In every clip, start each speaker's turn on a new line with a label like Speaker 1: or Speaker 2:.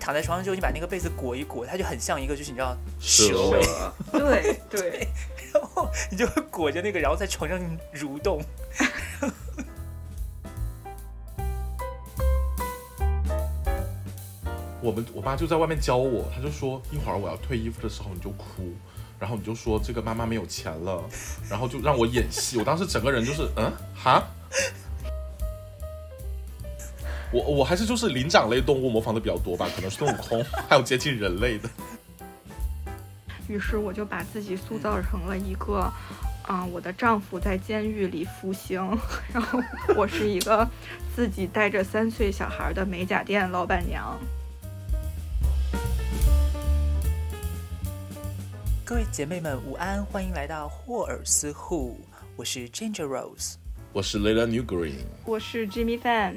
Speaker 1: 躺在床上之后，你把那个被子裹一裹，它就很像一个就是你知道
Speaker 2: 蛇
Speaker 1: 蛇，
Speaker 2: 啊，
Speaker 3: 对对，
Speaker 1: 然后 你就会裹着那个，然后在床上蠕动。
Speaker 4: 我们我妈就在外面教我，她就说一会儿我要退衣服的时候你就哭，然后你就说这个妈妈没有钱了，然后就让我演戏。我当时整个人就是嗯哈，我我还是就是灵长类动物模仿的比较多吧，可能是孙悟空，还有接近人类的。
Speaker 3: 于是我就把自己塑造成了一个，啊、我的丈夫在监狱里服刑，然后我是一个自己带着三岁小孩的美甲店老板娘。
Speaker 1: 各位姐妹们，午安，欢迎来到霍尔斯户，我是 Ginger Rose。
Speaker 4: 我是 Lila New Green，
Speaker 3: 我是 Jimmy Fan，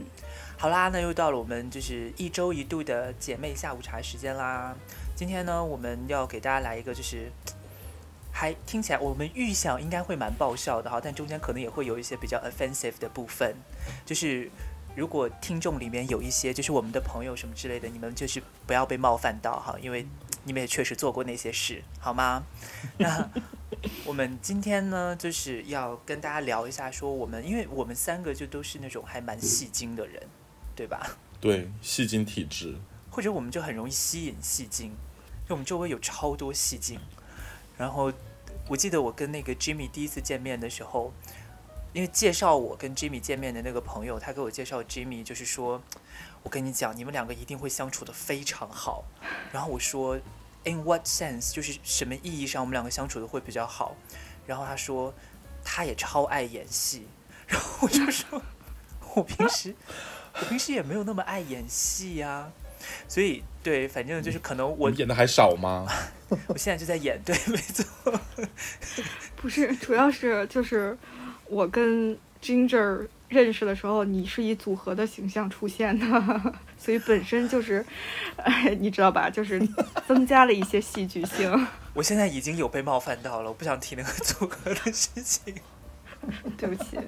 Speaker 1: 好啦，那又到了我们就是一周一度的姐妹下午茶时间啦。今天呢，我们要给大家来一个就是，还听起来我们预想应该会蛮爆笑的哈，但中间可能也会有一些比较 offensive 的部分。就是如果听众里面有一些就是我们的朋友什么之类的，你们就是不要被冒犯到哈，因为你们也确实做过那些事，好吗？ 那我们今天呢，就是要跟大家聊一下，说我们因为我们三个就都是那种还蛮戏精的人，对吧？
Speaker 4: 对，戏精体质。
Speaker 1: 或者我们就很容易吸引戏精，就我们周围有超多戏精。然后我记得我跟那个 Jimmy 第一次见面的时候，因为介绍我跟 Jimmy 见面的那个朋友，他给我介绍 Jimmy，就是说，我跟你讲，你们两个一定会相处的非常好。然后我说，In what sense？就是什么意义上我们两个相处的会比较好？然后他说，他也超爱演戏。然后我就说， 我平时我平时也没有那么爱演戏呀、所以对，反正就是可能
Speaker 4: 我
Speaker 1: 我
Speaker 4: 演的还少吗？
Speaker 1: 我现在就在演，对，没错，
Speaker 3: 不是，主要是就是我跟 Ginger 认识的时候，你是以组合的形象出现的，所以本身就是，哎，你知道吧，就是增加了一些戏剧性。
Speaker 1: 我现在已经有被冒犯到了，我不想提那个组合的事情。
Speaker 3: 对不起，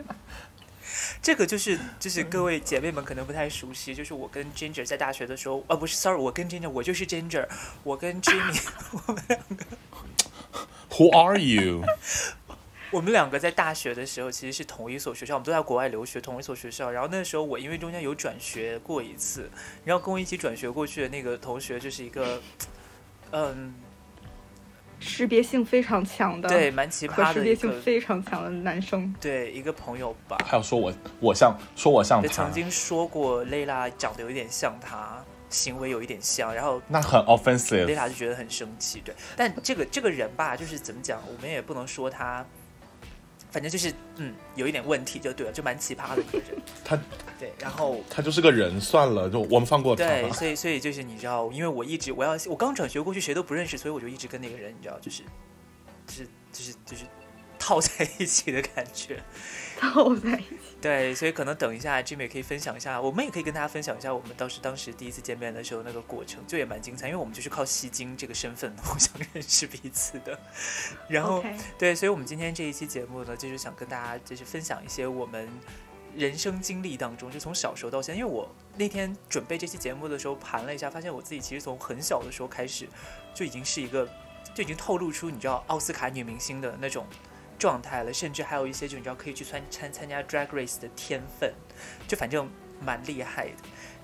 Speaker 1: 这个就是就是各位姐妹们可能不太熟悉，就是我跟 Ginger 在大学的时候，啊不是，sorry，我跟 Ginger，我就是 Ginger，我跟 Jimmy，
Speaker 4: Who are you？
Speaker 1: 我们两个在大学的时候其实是同一所学校，我们都在国外留学，同一所学校。然后那时候我因为中间有转学过一次，然后跟我一起转学过去的那个同学就是一个，嗯，
Speaker 3: 识别性非常强的，
Speaker 1: 对，，蛮奇
Speaker 3: 可
Speaker 1: 葩
Speaker 3: 识
Speaker 1: 的
Speaker 3: 别
Speaker 1: 一
Speaker 3: 性
Speaker 1: 个，
Speaker 3: 非常强的男生。
Speaker 1: 对一个朋友吧。
Speaker 4: 还有说我我像说我像
Speaker 1: 就
Speaker 4: 他
Speaker 1: 曾，经说过 Layla 长得有一点像他，行为有一点像，然后
Speaker 4: 那很 offensive。
Speaker 1: Layla 就觉得很生气。对，但这个这个人吧，就是怎么讲，我们也不能说他，反正就是嗯，有一点问题就对了，就蛮奇葩的一个人。
Speaker 4: 他
Speaker 1: 对，然后
Speaker 4: 他就是个人算了，就我们放过他
Speaker 1: 对，
Speaker 4: 吧。
Speaker 1: 所以所以就是你知道，因为我一直我要我刚转学过去，谁都不认识，所以我就一直跟那个人你知道，就是就是就是就是套在一起的感觉。
Speaker 3: 凑在一起。
Speaker 1: 对，所以可能等一下 Jimmy 也可以分享一下，我们也可以跟大家分享一下我们当时当时第一次见面的时候那个过程，就也蛮精彩，因为我们就是靠吸睛这个身份互相认识彼此的。然后
Speaker 3: OK，
Speaker 1: 对，所以我们今天这一期节目呢，就是想跟大家就是分享一些我们人生经历当中，就从小时候到现在，因为我那天准备这期节目的时候盘了一下，发现我自己其实从很小的时候开始就已经是一个，就已经透露出你知道奥斯卡女明星的那种状态了，甚至还有一些就你知道可以去参参参加 Drag Race 的天分，就反正蛮厉害的。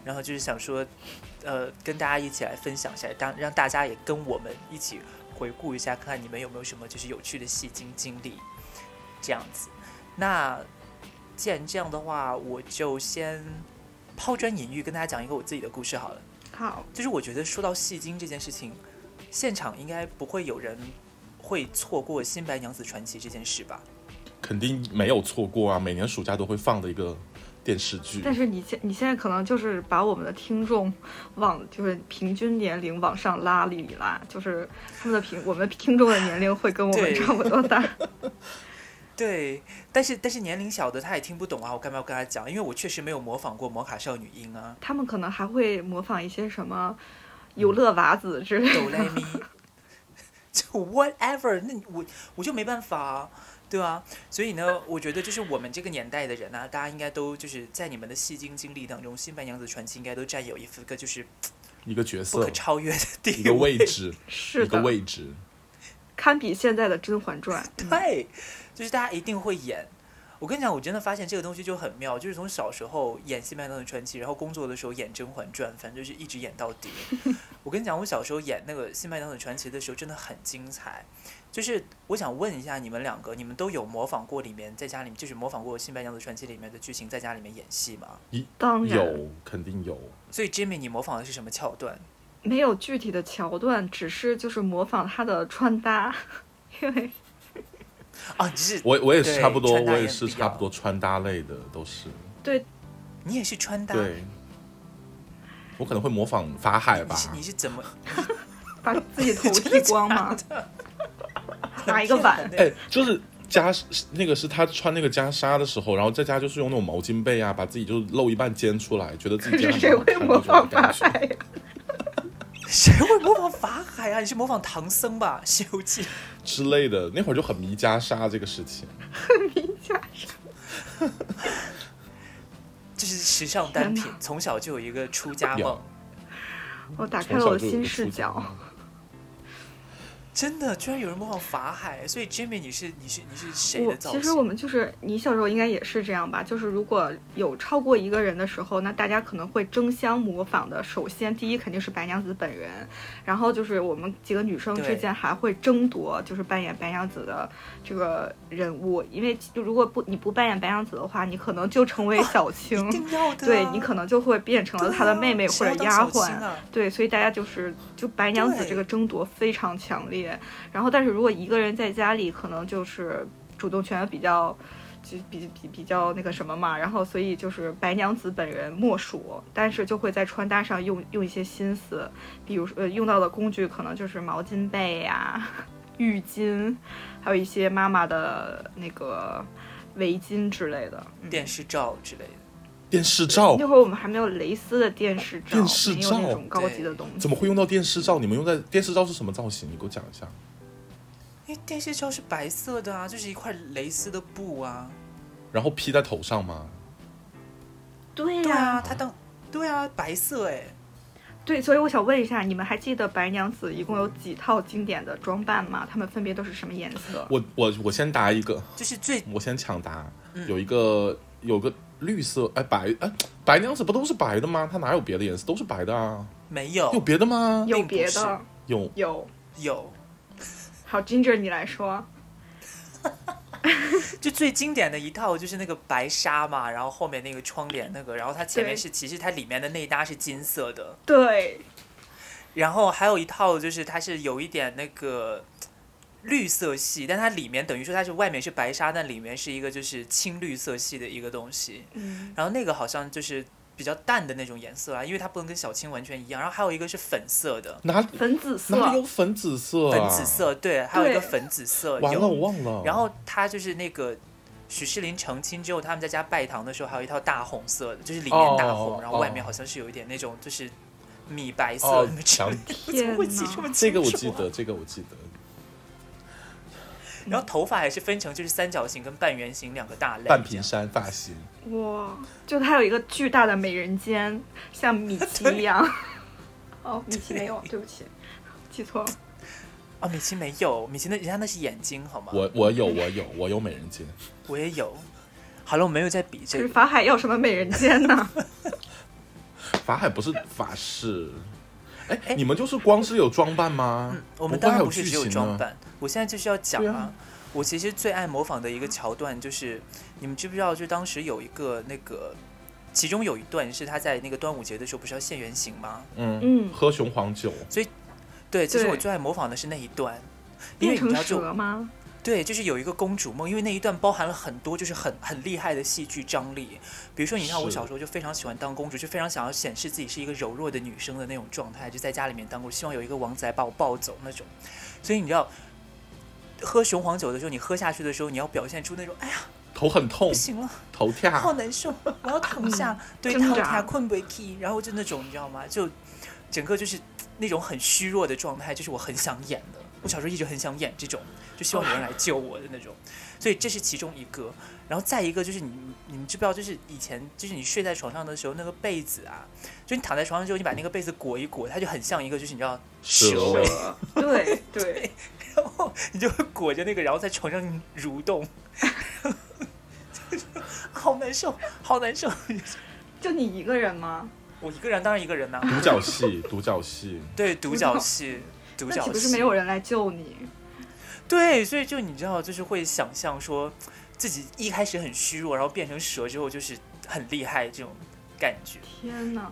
Speaker 1: 然后就是想说，呃，跟大家一起来分享一下，当让大家也跟我们一起回顾一下，看看你们有没有什么就是有趣的戏精经历，这样子。那既然这样的话，我就先抛砖引玉，跟大家讲一个我自己的故事好了。
Speaker 3: 好，
Speaker 1: 就是我觉得说到戏精这件事情，现场应该不会有人会错过《新白娘子传奇》这件事吧？
Speaker 4: 肯定没有错过啊！每年暑假都会放的一个电视剧。
Speaker 3: 但是你现你现在可能就是把我们的听众往就是平均年龄往上拉了一拉，就是他们的平我们的听众的年龄会跟我们
Speaker 1: 对
Speaker 3: 差不多大。
Speaker 1: 对，但是但是年龄小的他也听不懂啊，我干嘛要跟他讲？因为我确实没有模仿过摩卡少女音啊。
Speaker 3: 他们可能还会模仿一些什么游乐娃子之类的。
Speaker 1: 哆来咪， 就 whatever，那你我我就没办法、啊，对吧？所以呢，我觉得就是我们这个年代的人啊，大家应该都就是在你们的戏精经历当中，《新白娘子传奇》应该都占有一个就是
Speaker 4: 一个角
Speaker 1: 不
Speaker 4: 色
Speaker 1: 可，超越的地位，
Speaker 4: 一个位置，
Speaker 3: 是
Speaker 4: 一个
Speaker 3: 的，
Speaker 4: 位置。
Speaker 3: 堪比现在的《甄嬛传》。 嗯
Speaker 1: 对，就是大家一定会演。我跟你讲，我真的发现这个东西就很妙，就是从小时候演《新白娘子传奇》，然后工作的时候演《甄嬛传》，反正就是一直演到 底。我跟你讲，我小时候演那个《新白娘子传奇》的时候真的很精彩。就是我想问一下你们两个，你们都有模仿过里面在家里面，就是模仿过《新白娘子传奇》里面的剧情，在家里面演戏吗？
Speaker 3: 当然，
Speaker 4: 有肯定有，
Speaker 1: 所以 Jimmy，你模仿的是什么桥段？
Speaker 3: 没有具体的桥段，只是就是模仿她的穿搭， 因为
Speaker 1: 啊，你是
Speaker 4: 我我也是
Speaker 1: 对
Speaker 4: 差不多，
Speaker 1: 穿搭
Speaker 4: 我
Speaker 1: 也
Speaker 4: 也
Speaker 1: 很
Speaker 4: 是
Speaker 1: 必要
Speaker 4: 差不多穿搭类的都是。
Speaker 3: 对
Speaker 1: 你也是穿搭，
Speaker 4: 对，我可能会模仿法海
Speaker 1: 你
Speaker 4: 吧。
Speaker 1: 是你是怎么
Speaker 3: 把自己头剃光嘛， 拿一个碗，
Speaker 4: 哎，就是袈那个是他穿那个袈裟的时候，然后在家就是用那种毛巾被啊，把自己就是露一半肩出来，觉得自
Speaker 3: 可
Speaker 4: 己肩
Speaker 3: 是
Speaker 4: 还
Speaker 3: 谁
Speaker 4: 蛮好
Speaker 3: 会
Speaker 4: 看的
Speaker 3: 模
Speaker 4: 那种
Speaker 3: 仿法
Speaker 4: 感觉。
Speaker 3: 海呀？
Speaker 1: 谁会模仿法海啊？你是模仿唐僧吧，《 西游记》
Speaker 4: 之类的。那会儿就很迷袈裟这个事情，
Speaker 3: 名家
Speaker 1: 这是时尚单品
Speaker 3: 天，
Speaker 1: 从小就有一个出家梦
Speaker 4: 有，
Speaker 3: 我打开
Speaker 4: 从
Speaker 3: 啊了我
Speaker 4: 小
Speaker 3: 的
Speaker 4: 就有
Speaker 3: 新
Speaker 4: 个
Speaker 3: 视
Speaker 4: 触角
Speaker 3: 角。。
Speaker 1: 真的居然有人模仿法海，所以 Jimmy 你是你是你是谁
Speaker 3: 我
Speaker 1: 的造
Speaker 3: 其
Speaker 1: 型？
Speaker 3: 实我们就是，你小时候应该也是这样吧？就是如果有超过一个人的时候，那大家可能会争相模仿的。首先，第一肯定是白娘子本人，然后就是我们几个女生之
Speaker 1: 对
Speaker 3: 间还会争夺，就是扮演白娘子的这个人物。因为就如果不你不扮演白娘子的话，你可能就成为小 青，
Speaker 1: 一定要的啊、啊
Speaker 3: 对你可能就会变成了她的妹妹或者丫
Speaker 1: 对啊谁要当
Speaker 3: 鬟。
Speaker 1: 小青啊
Speaker 3: 对，所以大家就是就白娘子这个争夺非常强烈。然后，但是如果一个人在家里，可能就是主动权比较。就比比比较那个什么嘛，然后所以就是白娘子本人莫属，但是就会在穿搭上用用一些心思，比如说呃用到的工具可能就是毛巾被呀、浴巾，还有一些妈妈的那个围巾之类的。嗯、
Speaker 1: 电视照之类的，
Speaker 4: 电视
Speaker 1: 哦
Speaker 4: 罩
Speaker 3: 那会儿我们还没有蕾丝的电视罩，
Speaker 4: 电视罩
Speaker 3: 没有那种高级的东西。
Speaker 4: 怎么会用到电视罩？你们用在电视罩是什么造型？你给我讲一下。
Speaker 1: 因为电视照是白色的啊，就是一块蕾丝的布啊。
Speaker 4: 然后披在头上吗？
Speaker 3: 对
Speaker 1: 对
Speaker 3: 呀、
Speaker 1: 啊，它当对啊，白色哎、
Speaker 3: 对，所以我想问一下，你们还记得白娘子一共有几套经典的装扮吗？她们分别都是什么颜色？
Speaker 4: 我我我先答一个，
Speaker 1: 就是最
Speaker 4: 我先抢答。
Speaker 1: 嗯
Speaker 4: 有一个有个绿色，哎白哎白娘子不都是白的吗？她哪有别的颜色？都是白的啊。
Speaker 1: 没
Speaker 4: 有
Speaker 1: 有
Speaker 4: 别的吗？
Speaker 3: 有
Speaker 1: 并不
Speaker 3: 别
Speaker 1: 是
Speaker 3: 的，
Speaker 4: 有
Speaker 3: 有。
Speaker 1: 有，
Speaker 3: 好，Ginger，你来说。
Speaker 1: 就最经典的一套就是那个白纱嘛，然后后面那个窗帘那个，然后它前面
Speaker 3: 对
Speaker 1: 是其实它里面的内搭是金色的，
Speaker 3: 对，
Speaker 1: 然后还有一套就是它是有一点那个绿色系，但它里面等于说它是外面是白纱，但里面是一个就是青绿色系的一个东西。
Speaker 3: 嗯，
Speaker 1: 然后那个好像就是比较淡的那种颜色啊，因为它不能跟小青完全一样。然后还有一个是粉色的，
Speaker 4: 哪
Speaker 3: 粉紫色。
Speaker 4: 哪里有粉紫色、啊？
Speaker 1: 粉紫。色对，还有一个
Speaker 3: 对
Speaker 1: 粉紫色
Speaker 4: 完了，
Speaker 1: 有。
Speaker 4: 我忘了。
Speaker 1: 然后它就是那个。许仕林成亲之后，他们在家拜堂的时候，还有一套大红色的，就是里面大红，
Speaker 4: 哦哦
Speaker 1: 然后外面好像是有一点那种就是米白色
Speaker 4: 哦
Speaker 1: 的那，种
Speaker 4: 想。
Speaker 1: 怎么
Speaker 3: 天
Speaker 1: 会记这
Speaker 3: 哪！
Speaker 1: 么清楚啊
Speaker 4: 这个我记得，这个我记得。
Speaker 1: 然后头发还是分成就是三角形跟半圆形两个大类，
Speaker 4: 半屏山发型，
Speaker 3: 哇，就她有一个巨大的美人尖，像米奇一样。 哦，米奇没有，对不起，记错了。
Speaker 1: 啊、米奇没有，米奇那人家那是眼睛好吗？
Speaker 4: 我我有我有我有美人尖，
Speaker 1: 我也有。好了，我没有在比
Speaker 3: 可
Speaker 1: 这
Speaker 3: 是
Speaker 1: 个。
Speaker 3: 法海要什么美人尖呢？
Speaker 4: 法海不是法式。
Speaker 1: 哎
Speaker 4: 哎，你们就是光是有装扮吗？
Speaker 1: 嗯，我们
Speaker 4: 不会
Speaker 1: 当
Speaker 4: 还
Speaker 1: 然
Speaker 4: 有
Speaker 1: 不是
Speaker 4: 剧
Speaker 1: 只有
Speaker 4: 情
Speaker 1: 装
Speaker 4: 呢。
Speaker 1: 扮，我现在就是要讲
Speaker 4: 对
Speaker 1: 啊，
Speaker 4: 啊
Speaker 1: 我其实最爱模仿的一个桥段就是，你们知不知道？就当时有一个那个，其中有一段是他在那个端午节的时候不是要现原形吗？
Speaker 4: 嗯，
Speaker 3: 嗯，
Speaker 4: 喝雄黄酒，
Speaker 1: 对，其实
Speaker 3: 对
Speaker 1: 我最爱模仿的是那一段，因
Speaker 3: 变
Speaker 1: 为你
Speaker 3: 成
Speaker 1: 知道就
Speaker 3: 蛇吗？
Speaker 1: 对，就是有一个公主梦，因为那一段包含了很多就是很很厉害的戏剧张力。比如说，你看我
Speaker 4: 是
Speaker 1: 小时候就非常喜欢当公主，就非常想要显示自己是一个柔弱的女生的那种状态，就在家里面当公主，希望有一个王子来把我抱走那种。所以你知道，喝雄黄酒的时候，你喝下去的时候，你要表现出那种哎呀
Speaker 4: 头很痛
Speaker 1: 不，行了，
Speaker 4: 头
Speaker 1: 好
Speaker 4: 跳，
Speaker 1: 难受，我要躺下，对，
Speaker 3: 啊嗯挣
Speaker 1: 躺
Speaker 3: 扎
Speaker 1: 下困不起，然后就那种你知道吗？就整个就是那种很虚弱的状态，就是我很想演的。我小时候一直很想演这种，就希望有人来救我的那种，所以这是其中一个。然后再一个就是你你们知不知道，就是以前就是你睡在床上的时候，那个被子啊，就你躺在床上之后，你把那个被子裹一裹，它就很像一个就是你知道
Speaker 4: 蛇
Speaker 1: 尾，
Speaker 3: 对对，
Speaker 1: 然后你 就会裹着那个，然后在床上蠕动， 好难受，好难受。
Speaker 3: 就你一个人吗？
Speaker 1: 我一个人当然一个人 呐、
Speaker 4: 独角戏， 独角戏，
Speaker 1: 对，独角戏，独
Speaker 3: 那
Speaker 1: 角
Speaker 3: 岂
Speaker 1: 戏
Speaker 3: 不是没有人来救你？
Speaker 1: 对，所以就你知道，就是会想象说自己一开始很虚弱，然后变成蛇之后就是很厉害这种感觉。
Speaker 3: 天哪！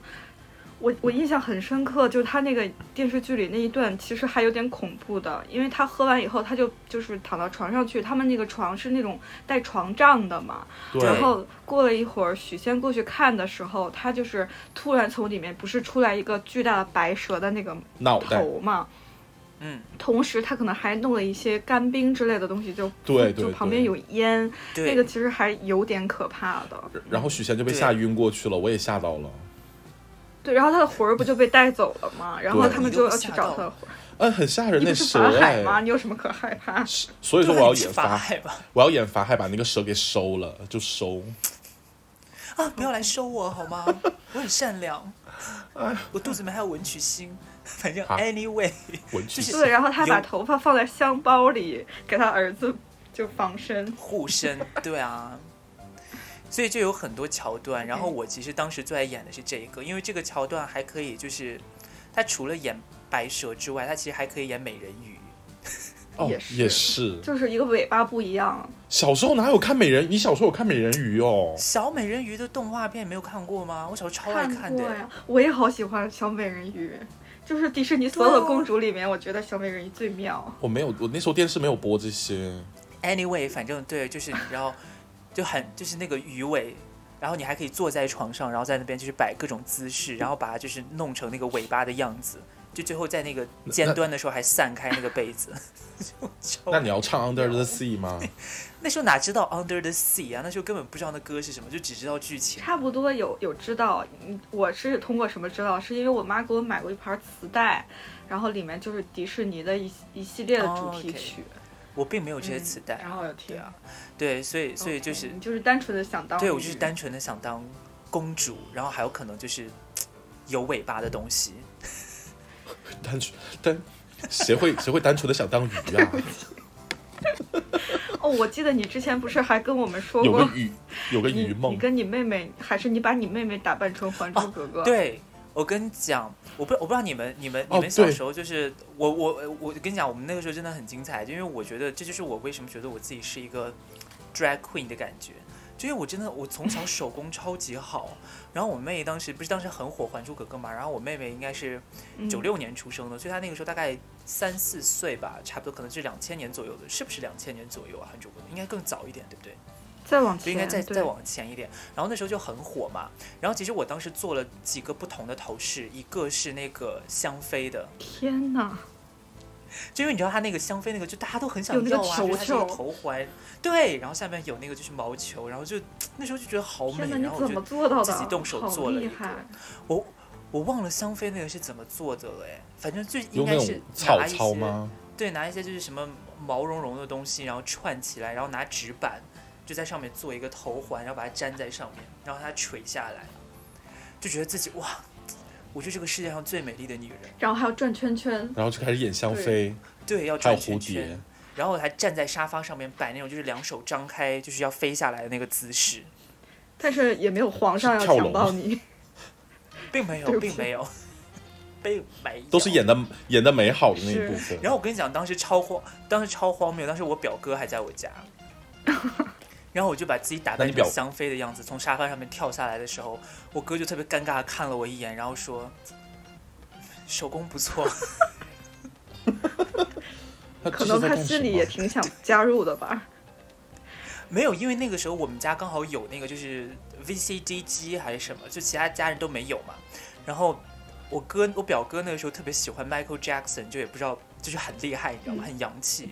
Speaker 3: 我我印象很深刻，就是他那个电视剧里那一段，其实还有点恐怖的，因为他喝完以后，他就就是躺到床上去，他们那个床是那种带床帐的嘛，然
Speaker 1: 对
Speaker 4: 对，
Speaker 3: 后过了一会儿，许仙过去看的时候，他就是突然从里面不是出来一个巨大的白蛇的那个
Speaker 4: 脑袋，
Speaker 3: 头嘛，
Speaker 1: 嗯，
Speaker 3: 同时他可能还弄了一些干冰之类的东西，就
Speaker 4: 对
Speaker 3: 就
Speaker 4: 对
Speaker 3: 旁边
Speaker 4: 对
Speaker 3: 有烟，
Speaker 1: 对，
Speaker 3: 那个其实还有点可怕的。
Speaker 4: 然后许仙就被
Speaker 1: 对
Speaker 4: 吓晕过去了，我也吓到了。
Speaker 3: 对，然后他的魂儿不就被带走了嘛，然后
Speaker 4: 对
Speaker 3: 他们
Speaker 1: 你
Speaker 3: 就
Speaker 1: 都
Speaker 3: 要
Speaker 1: 被
Speaker 3: 去
Speaker 1: 吓
Speaker 3: 找
Speaker 1: 到
Speaker 3: 他的
Speaker 1: 了
Speaker 3: 魂儿。
Speaker 4: 嗯，很吓人
Speaker 3: 你
Speaker 4: 的
Speaker 3: 不是
Speaker 4: 蛇
Speaker 3: 法海
Speaker 4: 哎、
Speaker 3: 吗？你有什么可害怕？
Speaker 4: 是所以
Speaker 1: 对
Speaker 4: 说我要
Speaker 1: 你是
Speaker 4: 演
Speaker 1: 法
Speaker 4: 法，
Speaker 1: 海吧？
Speaker 4: 我要演法海，把那个蛇给收了，就收。
Speaker 1: 啊，不要来收我好吗？我很善 良，
Speaker 4: 哎
Speaker 1: 我肚子里面还有文曲星，反正
Speaker 4: 啊
Speaker 1: anyway，
Speaker 4: 文具
Speaker 1: 就是
Speaker 3: 对，然后他把
Speaker 1: 有
Speaker 3: 头发放在香包里，给他儿子就防身。
Speaker 1: 护 身，对啊。所以就有很多桥段，然后
Speaker 3: OK
Speaker 1: 我其实当时最爱演的是这一个，因为这个桥段还可以，就是它除了演白蛇之外，它其实还可以演美人鱼。
Speaker 4: 哦
Speaker 3: 也是
Speaker 4: 也是，
Speaker 3: 就是一个尾巴不一样，
Speaker 4: 小时候哪有看美人？你小时候有看美人鱼哦？
Speaker 1: 小美人鱼的动画片你没有看过吗？我小时候超爱
Speaker 3: 看
Speaker 1: 看
Speaker 3: 过
Speaker 1: 的。
Speaker 3: 呀，我也好喜欢小美人鱼，就是迪士尼所有
Speaker 1: 对
Speaker 3: 的
Speaker 1: 啊
Speaker 3: 公主里面，我觉得小美人鱼最妙。
Speaker 4: 我没有，我那时候电视没有播这些。
Speaker 1: Anyway，反正对，就是你知道， 就很就是那个鱼尾，然后你还可以坐在床上，然后在那边就是摆各种姿势，然后把它就是弄成那个尾巴的样子，就最后在那个尖端的时候还散开那个被子。 就超
Speaker 4: 那你要唱 Under the Sea 吗？
Speaker 3: 哦
Speaker 1: 那时候哪知道 Under the Sea 啊？那时候根本不知道那歌是什么，就只知道剧情。
Speaker 3: 差不多有有知道，嗯，我是通过什么知道？是因为我妈给我买过一盘磁带，然后里面就是迪士尼的一一系列的主
Speaker 1: 哦
Speaker 3: 题
Speaker 1: ，OK
Speaker 3: 曲，
Speaker 1: 我并没有这些
Speaker 3: 嗯
Speaker 1: 磁带，
Speaker 3: 然后有听
Speaker 1: 对啊。对，所以所以
Speaker 3: OK，嗯
Speaker 1: 就是
Speaker 3: 你就是单纯的想当
Speaker 1: 对我
Speaker 3: 女
Speaker 1: 就是
Speaker 3: 人
Speaker 1: 单纯的想当公主，然后还有可能就是有尾巴的东西。
Speaker 4: 单纯单， 谁会谁会单纯的想当鱼 啊？
Speaker 3: 哦，我记得你之前不是还跟我们说
Speaker 4: 有
Speaker 3: 过
Speaker 4: 个，鱼，有个
Speaker 3: 你
Speaker 4: 鱼
Speaker 3: 你
Speaker 4: 梦。
Speaker 3: 跟你妹妹，还是你把你妹妹打扮成《还珠格格》
Speaker 1: 哦对，我跟你讲，我不我不知道你们你们
Speaker 4: 哦
Speaker 1: 你们小
Speaker 4: 对
Speaker 1: 时候就是、我我我跟你讲，我们那个时候真的很精彩，就因为我觉得这就是我为什么觉得我自己是一个 drag queen 的感觉。就因为我真的，我从小手工超级好，然后我妹当时不是当时很火《还珠格格》嘛，然后我妹妹应该是
Speaker 3: 嗯
Speaker 1: 九六年出生的，所以她那个时候大概三四岁吧，差不多可能是两千年左右的，是不是两千年左右啊？《还珠格格》应该更早一点，对不对？
Speaker 3: 再往
Speaker 1: 就
Speaker 3: 前，
Speaker 1: 应该再
Speaker 3: 对
Speaker 1: 再往前一点。然后那时候就很火嘛。然后其实我当时做了几个不同的头饰，一个是那个香妃的，
Speaker 3: 天哪，
Speaker 1: 就因为你知道它那个香妃那个，就大家都很想
Speaker 3: 有那个
Speaker 1: 要啊，就是它是一个
Speaker 3: 球球
Speaker 1: 头环，对，然后下面有那个就是毛球，然后就那时候就觉得好美
Speaker 3: 天哪，，
Speaker 1: 然
Speaker 3: 你
Speaker 1: 后我
Speaker 3: 怎
Speaker 1: 就
Speaker 3: 么做到的？啊
Speaker 1: 自己动手做了
Speaker 3: 好
Speaker 1: 一
Speaker 3: 厉
Speaker 1: 个
Speaker 3: 害！
Speaker 1: 我我忘了香妃那个是怎么做的了，哎，反正就应
Speaker 4: 用那
Speaker 1: 该
Speaker 4: 种
Speaker 1: 是
Speaker 4: 草
Speaker 1: 拿一
Speaker 4: 草
Speaker 1: 些
Speaker 4: 吗？
Speaker 1: 对，拿一些就是什么毛茸茸的东西，然后串起来，然后拿纸板就在上面做一个头环，然后把它粘在上面，然后它垂下来，就觉得自己哇，我是这个世界上最美丽的女人。
Speaker 3: 然后还要转圈圈，
Speaker 4: 然后就开始演香
Speaker 3: 对
Speaker 4: 妃，
Speaker 1: 对，要
Speaker 4: 还
Speaker 1: 转
Speaker 4: 有蝴
Speaker 1: 圈
Speaker 4: 蝶
Speaker 1: 圈，，然后我还站在沙发上面摆那种就是两手张开就是要飞下来的那个姿势，
Speaker 3: 但是也没有皇上要
Speaker 4: 跳
Speaker 3: 强
Speaker 4: 楼
Speaker 3: 暴 你。
Speaker 1: 并没
Speaker 3: 对
Speaker 1: 有，
Speaker 3: 不
Speaker 1: 并
Speaker 3: 起
Speaker 1: 没有，并没有，
Speaker 4: 都是演的演的美好的那一部分。
Speaker 1: 然后我跟你讲，当时超荒，当时超荒谬，当时我表哥还在我 家，然后我就把自己打
Speaker 4: 那
Speaker 1: 扮
Speaker 4: 你
Speaker 1: 成
Speaker 4: 表
Speaker 1: 香妃的样子，从沙发上面跳下来的时候，我哥就特别尴尬的看了我一眼，然后说：“手工不错。
Speaker 4: 他
Speaker 3: 可
Speaker 4: 这
Speaker 3: 能他
Speaker 4: 是在干
Speaker 3: 心
Speaker 4: 什
Speaker 3: 里也
Speaker 4: 么？
Speaker 3: 挺想加入的吧。”
Speaker 1: 没有，因为那个时候我们家刚好有那个就是 VCD 机还是什么，就其他家人都没有嘛。然后我哥，我表哥那个时候特别喜欢 Michael Jackson，就也不知道，就是很厉害，你知道吗？很洋气。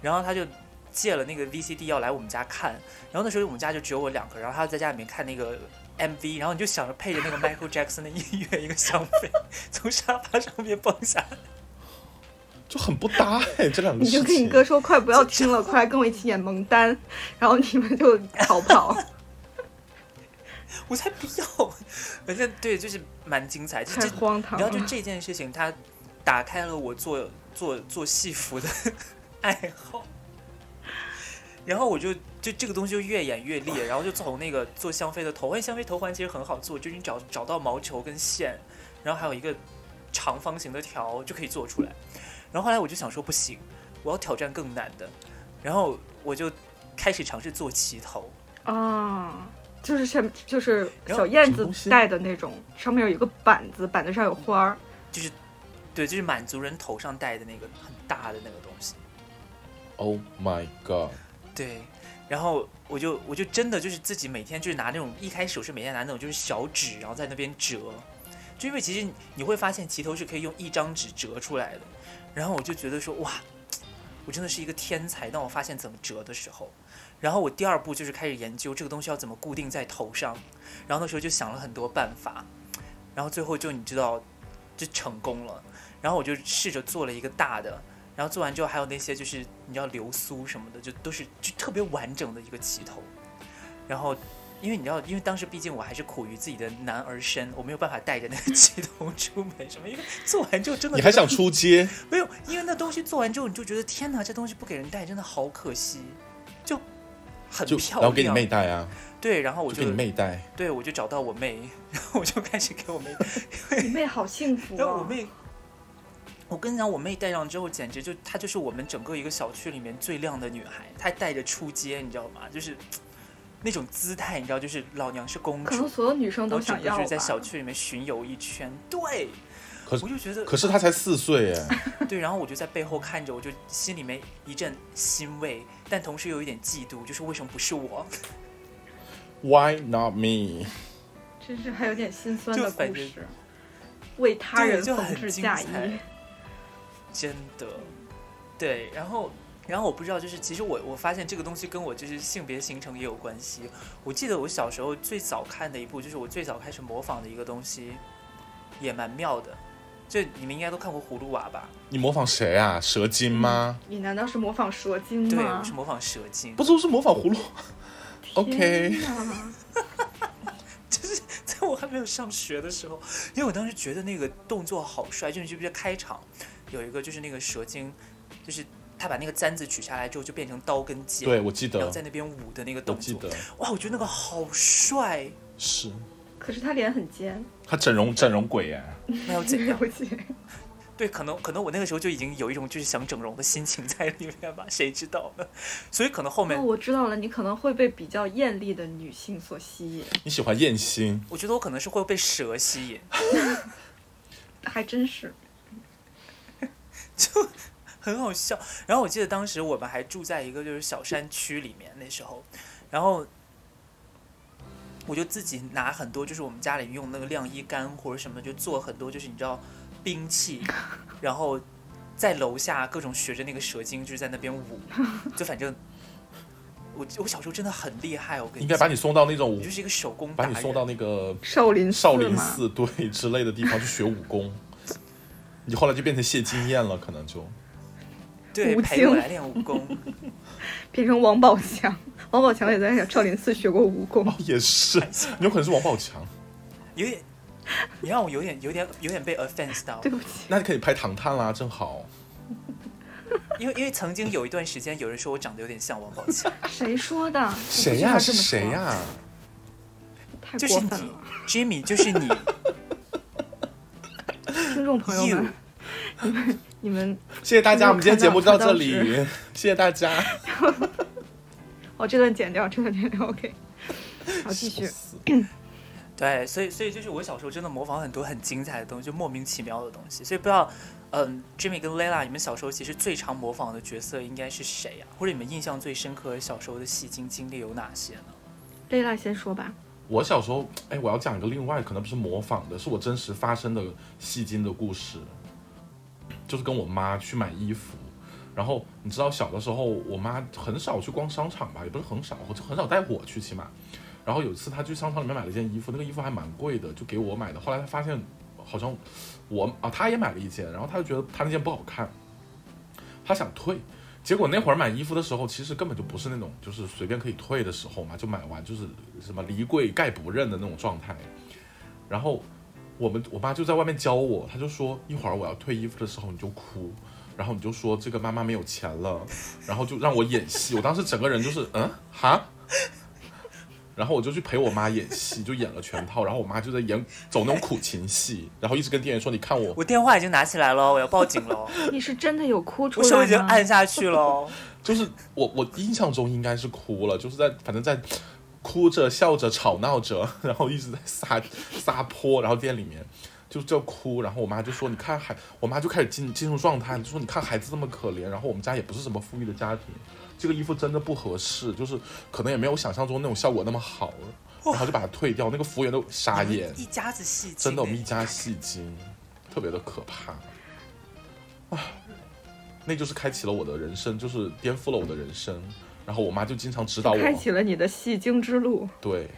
Speaker 1: 然后他就借了那个 VCD 要来我们家看，然后那时候我们家就只有我两个，然后他在家里面看那个 MV，然后你就想着配着那个 Michael Jackson 的音乐，一个香妃从沙发上面蹦下来，
Speaker 4: 就很不 搭哎、这两个
Speaker 3: 你就
Speaker 4: 事情。
Speaker 3: 跟你哥说快不要听了，快来跟我一起演蒙丹，然后你们就逃 跑。
Speaker 1: 我才不要！反正对，就是蛮精彩。这
Speaker 3: 太
Speaker 1: 这，
Speaker 3: 荒唐
Speaker 1: 然后就
Speaker 3: 了！
Speaker 1: 这件事情，它打开了我做做做戏服的爱好。然后我就就这个东西就越演越烈，然后就从那个做香妃的头，哎，香妃头环其实很好做，就是你找找到毛球跟线，然后还有一个长方形的条就可以做出来。然后后来我就想说不行，我要挑战更难的，然后我就开始尝试做旗头，
Speaker 3: 啊，就是像就是
Speaker 1: 然后
Speaker 3: 小燕
Speaker 4: 什么
Speaker 3: 子
Speaker 4: 东西
Speaker 3: 戴的那种，上面有一个板子，板子上有花儿。
Speaker 1: 对，就是满族人头上戴的那个很大的那个东西。
Speaker 4: Oh my god！
Speaker 1: 对，然后我就我就真的就是自己每天就是拿那种一开始我是每天拿那种就是小纸，然后在那边折，就因为其实你会发现旗头是可以用一张纸折出来的。然后我就觉得说哇，我真的是一个天才。当我发现怎么折的时候，然后我第二步就是开始研究这个东西要怎么固定在头上，然后那时候就想了很多办法，然后最后就你知道就成功了。然后我就试着做了一个大的，然后做完之后还有那些就是你知道流苏什么的，就都是就特别完整的一个旗头。然后因为你知道，因为当时毕竟我还是苦于自己的男儿身，我没有办法带着那个旗头出门什么，因为做完之后真的
Speaker 4: 你还
Speaker 1: 觉得
Speaker 4: 想出街？
Speaker 1: 没有，因为那东西做完之后，你就觉得天哪，这东西不给人戴真的好可惜，就很
Speaker 4: 就
Speaker 1: 漂
Speaker 4: 然
Speaker 1: 亮。
Speaker 4: 后给你妹带啊，
Speaker 1: 对，然后我
Speaker 4: 就
Speaker 1: 就
Speaker 4: 给你妹带。
Speaker 1: 对我就找到我妹， 然后我就开始给我哎妹，
Speaker 3: 你妹好幸福
Speaker 1: 然后我
Speaker 3: 啊！
Speaker 1: 妹，我跟你讲，我妹戴上之后，简直就她就是我们整个一个小区里面最靓的女孩，她带着出街，你知道吗？就是那种姿态，你知道，就是老娘是公
Speaker 3: 可能
Speaker 1: 主，
Speaker 3: 所有女生
Speaker 1: 然后
Speaker 3: 都
Speaker 1: 整
Speaker 3: 想
Speaker 1: 个
Speaker 3: 要
Speaker 1: 就是
Speaker 3: 吧。
Speaker 1: 在小区里面巡游一圈，对。
Speaker 4: 可是
Speaker 1: 我就觉得，
Speaker 4: 可是她才四岁哎，
Speaker 1: 对，然后我就在背后看着，我就心里面一阵欣慰，但同时又有一点嫉妒，就是为什么不是我？
Speaker 4: Why not me？
Speaker 3: 真是还有点心酸
Speaker 1: 就
Speaker 3: 的
Speaker 1: 反
Speaker 3: 故
Speaker 1: 正
Speaker 3: 事，为他
Speaker 1: 对
Speaker 3: 人
Speaker 1: 就
Speaker 3: 缝
Speaker 1: 很
Speaker 3: 制
Speaker 1: 精
Speaker 3: 嫁衣。
Speaker 1: 彩真的，对，然后。然后我不知道，就是其实我我发现这个东西跟我就是性别形成也有关系。我记得我小时候最早看的一部，就是我最早开始模仿的一个东西，也蛮妙的。这你们应该都看过《葫芦娃》吧？
Speaker 4: 你模仿谁啊？蛇精吗？
Speaker 3: 你难道是模仿蛇精
Speaker 1: 对，
Speaker 3: 吗
Speaker 1: 我是？模仿蛇精。
Speaker 4: 不是，我是模仿葫芦。OK
Speaker 3: 天哪
Speaker 1: 在 我还没有上学的时候，因为我当时觉得那个动作好帅，就是你记不记得开场有一个就是那个蛇精，就是他把那个簪子取下来之后就变成刀跟剑，
Speaker 4: 对，我记
Speaker 1: 然后
Speaker 4: 得
Speaker 1: 在，那边舞的那个
Speaker 4: 我
Speaker 1: 动
Speaker 4: 记
Speaker 1: 作，
Speaker 4: 得
Speaker 1: 哇，我觉得那个好帅，
Speaker 4: 是
Speaker 3: 可是他脸很尖，
Speaker 4: 她整容整容鬼哎。
Speaker 1: 那又怎样？
Speaker 3: 不起，
Speaker 1: 对，可能可能我那个时候就已经有一种就是想整容的心情在里面吧，谁知道呢？所以可能后面
Speaker 3: 哦，我知道了，你可能会被比较艳丽的女性所吸引，
Speaker 4: 你喜欢艳星？
Speaker 1: 我觉得我可能是会被蛇吸引，
Speaker 3: 还真是。
Speaker 1: 很好笑。然后我记得当时我们还住在一个就是小山区里面，那时候，然后我就自己拿很多就是我们家里用那个晾衣杆或者什么，就做很多就是你知道兵器，然后在楼下各种学着那个蛇精，就是在那边舞，就反正我我小时候真的很厉害，我跟
Speaker 4: 应
Speaker 1: 你
Speaker 4: 该把
Speaker 1: 讲，
Speaker 4: 你送到那种
Speaker 1: 我就是一个手工达
Speaker 4: 把
Speaker 1: 人，
Speaker 4: 你送到那个
Speaker 3: 少林寺
Speaker 4: 少林
Speaker 3: 嘛，
Speaker 4: 寺对之类的地方去学武功。你后来就变成谢金燕了，可能就
Speaker 1: 对
Speaker 3: 吴
Speaker 1: 陪我
Speaker 3: 京
Speaker 1: 来练武功。
Speaker 3: 变成王宝强，王宝强也在少林寺学过武功。
Speaker 4: 哦也是，你有可能是王宝强，
Speaker 1: 有点，你让我有点有点有点被 offense 到
Speaker 3: 对，不起，
Speaker 4: 那你可以拍唐探啦，正好。
Speaker 1: 因为因为曾经有一段时间，有人说我长得有点像王宝强，
Speaker 3: 谁说的？
Speaker 4: 谁呀、
Speaker 3: 呀、
Speaker 4: 是谁呀、、
Speaker 3: 太
Speaker 1: 就
Speaker 3: 过
Speaker 1: 是你
Speaker 3: 分了，
Speaker 1: ，Jimmy，就是你
Speaker 3: 听众朋友
Speaker 1: ，you，
Speaker 3: 们，你们
Speaker 4: 谢谢大家，我们今天节目就到这里
Speaker 3: 看到，
Speaker 4: 谢谢大家。
Speaker 3: 哦，这段剪掉，这段剪掉，OK。好，继续
Speaker 4: 笑。死
Speaker 1: 对，所以所以就是我小时候真的模仿很多很精彩的东西，就莫名其妙的东西，所以不知道，嗯，Jimmy 跟 Layla，你们小时候其实最常模仿的角色应该是谁呀、啊或者你们印象最深刻小时候的戏精经历有哪些呢？
Speaker 3: 贝拉先说吧。
Speaker 4: 我小时候，哎，我要讲一个另外可能不是模仿的，是我真实发生的戏精的故事，就是跟我妈去买衣服。然后你知道小的时候，我妈很少去逛商场吧，也不是很少，我就很少带我去，起码。然后有一次她去商场里面买了一件衣服，那个衣服还蛮贵的，就给我买的。后来她发现好像我啊，她也买了一件，然后她就觉得她那件不好看，他想退。结果那会儿买衣服的时候，其实根本就不是那种就是随便可以退的时候嘛，就买完就是什么离柜概不认的那种状态。然后我们我妈就在外面教我，她就说一会儿我要退衣服的时候你就哭，然后你就说这个妈妈没有钱了，然后就让我演戏。我当时整个人就是嗯哈， 然后我就去陪我妈演戏，就演了全套。然后我妈就在演走那种苦情戏，然后一直跟店员说你看我
Speaker 1: 我电话已经拿起来了，我要报警了，
Speaker 3: 你是真的有哭出
Speaker 1: 我
Speaker 3: 来
Speaker 1: 手已经
Speaker 3: 吗
Speaker 1: 按下去了。
Speaker 4: 就是我我印象中应该是哭了，就是在反正在哭着、笑着、吵闹着， 然后一直在撒撒泼，然后店里面就就哭，然后我妈就说你看孩，我妈就开始进进入状态，就说你看孩子这么可怜，然后我们家也不是什么富裕的家庭，这个衣服真的不合适，就是可能也没有想象中那种效果那么好，然后就把它退掉，那个服务员都傻
Speaker 1: 你
Speaker 4: 眼
Speaker 1: 们，一家子戏精
Speaker 4: 真的我们
Speaker 1: 哎
Speaker 4: 一家戏精，特别的可怕。啊，那就是开启了我的人生，就是颠覆了我的人生。然后我妈就经常指导
Speaker 3: 开
Speaker 4: 我，
Speaker 3: 启了你的戏精之路。
Speaker 4: 对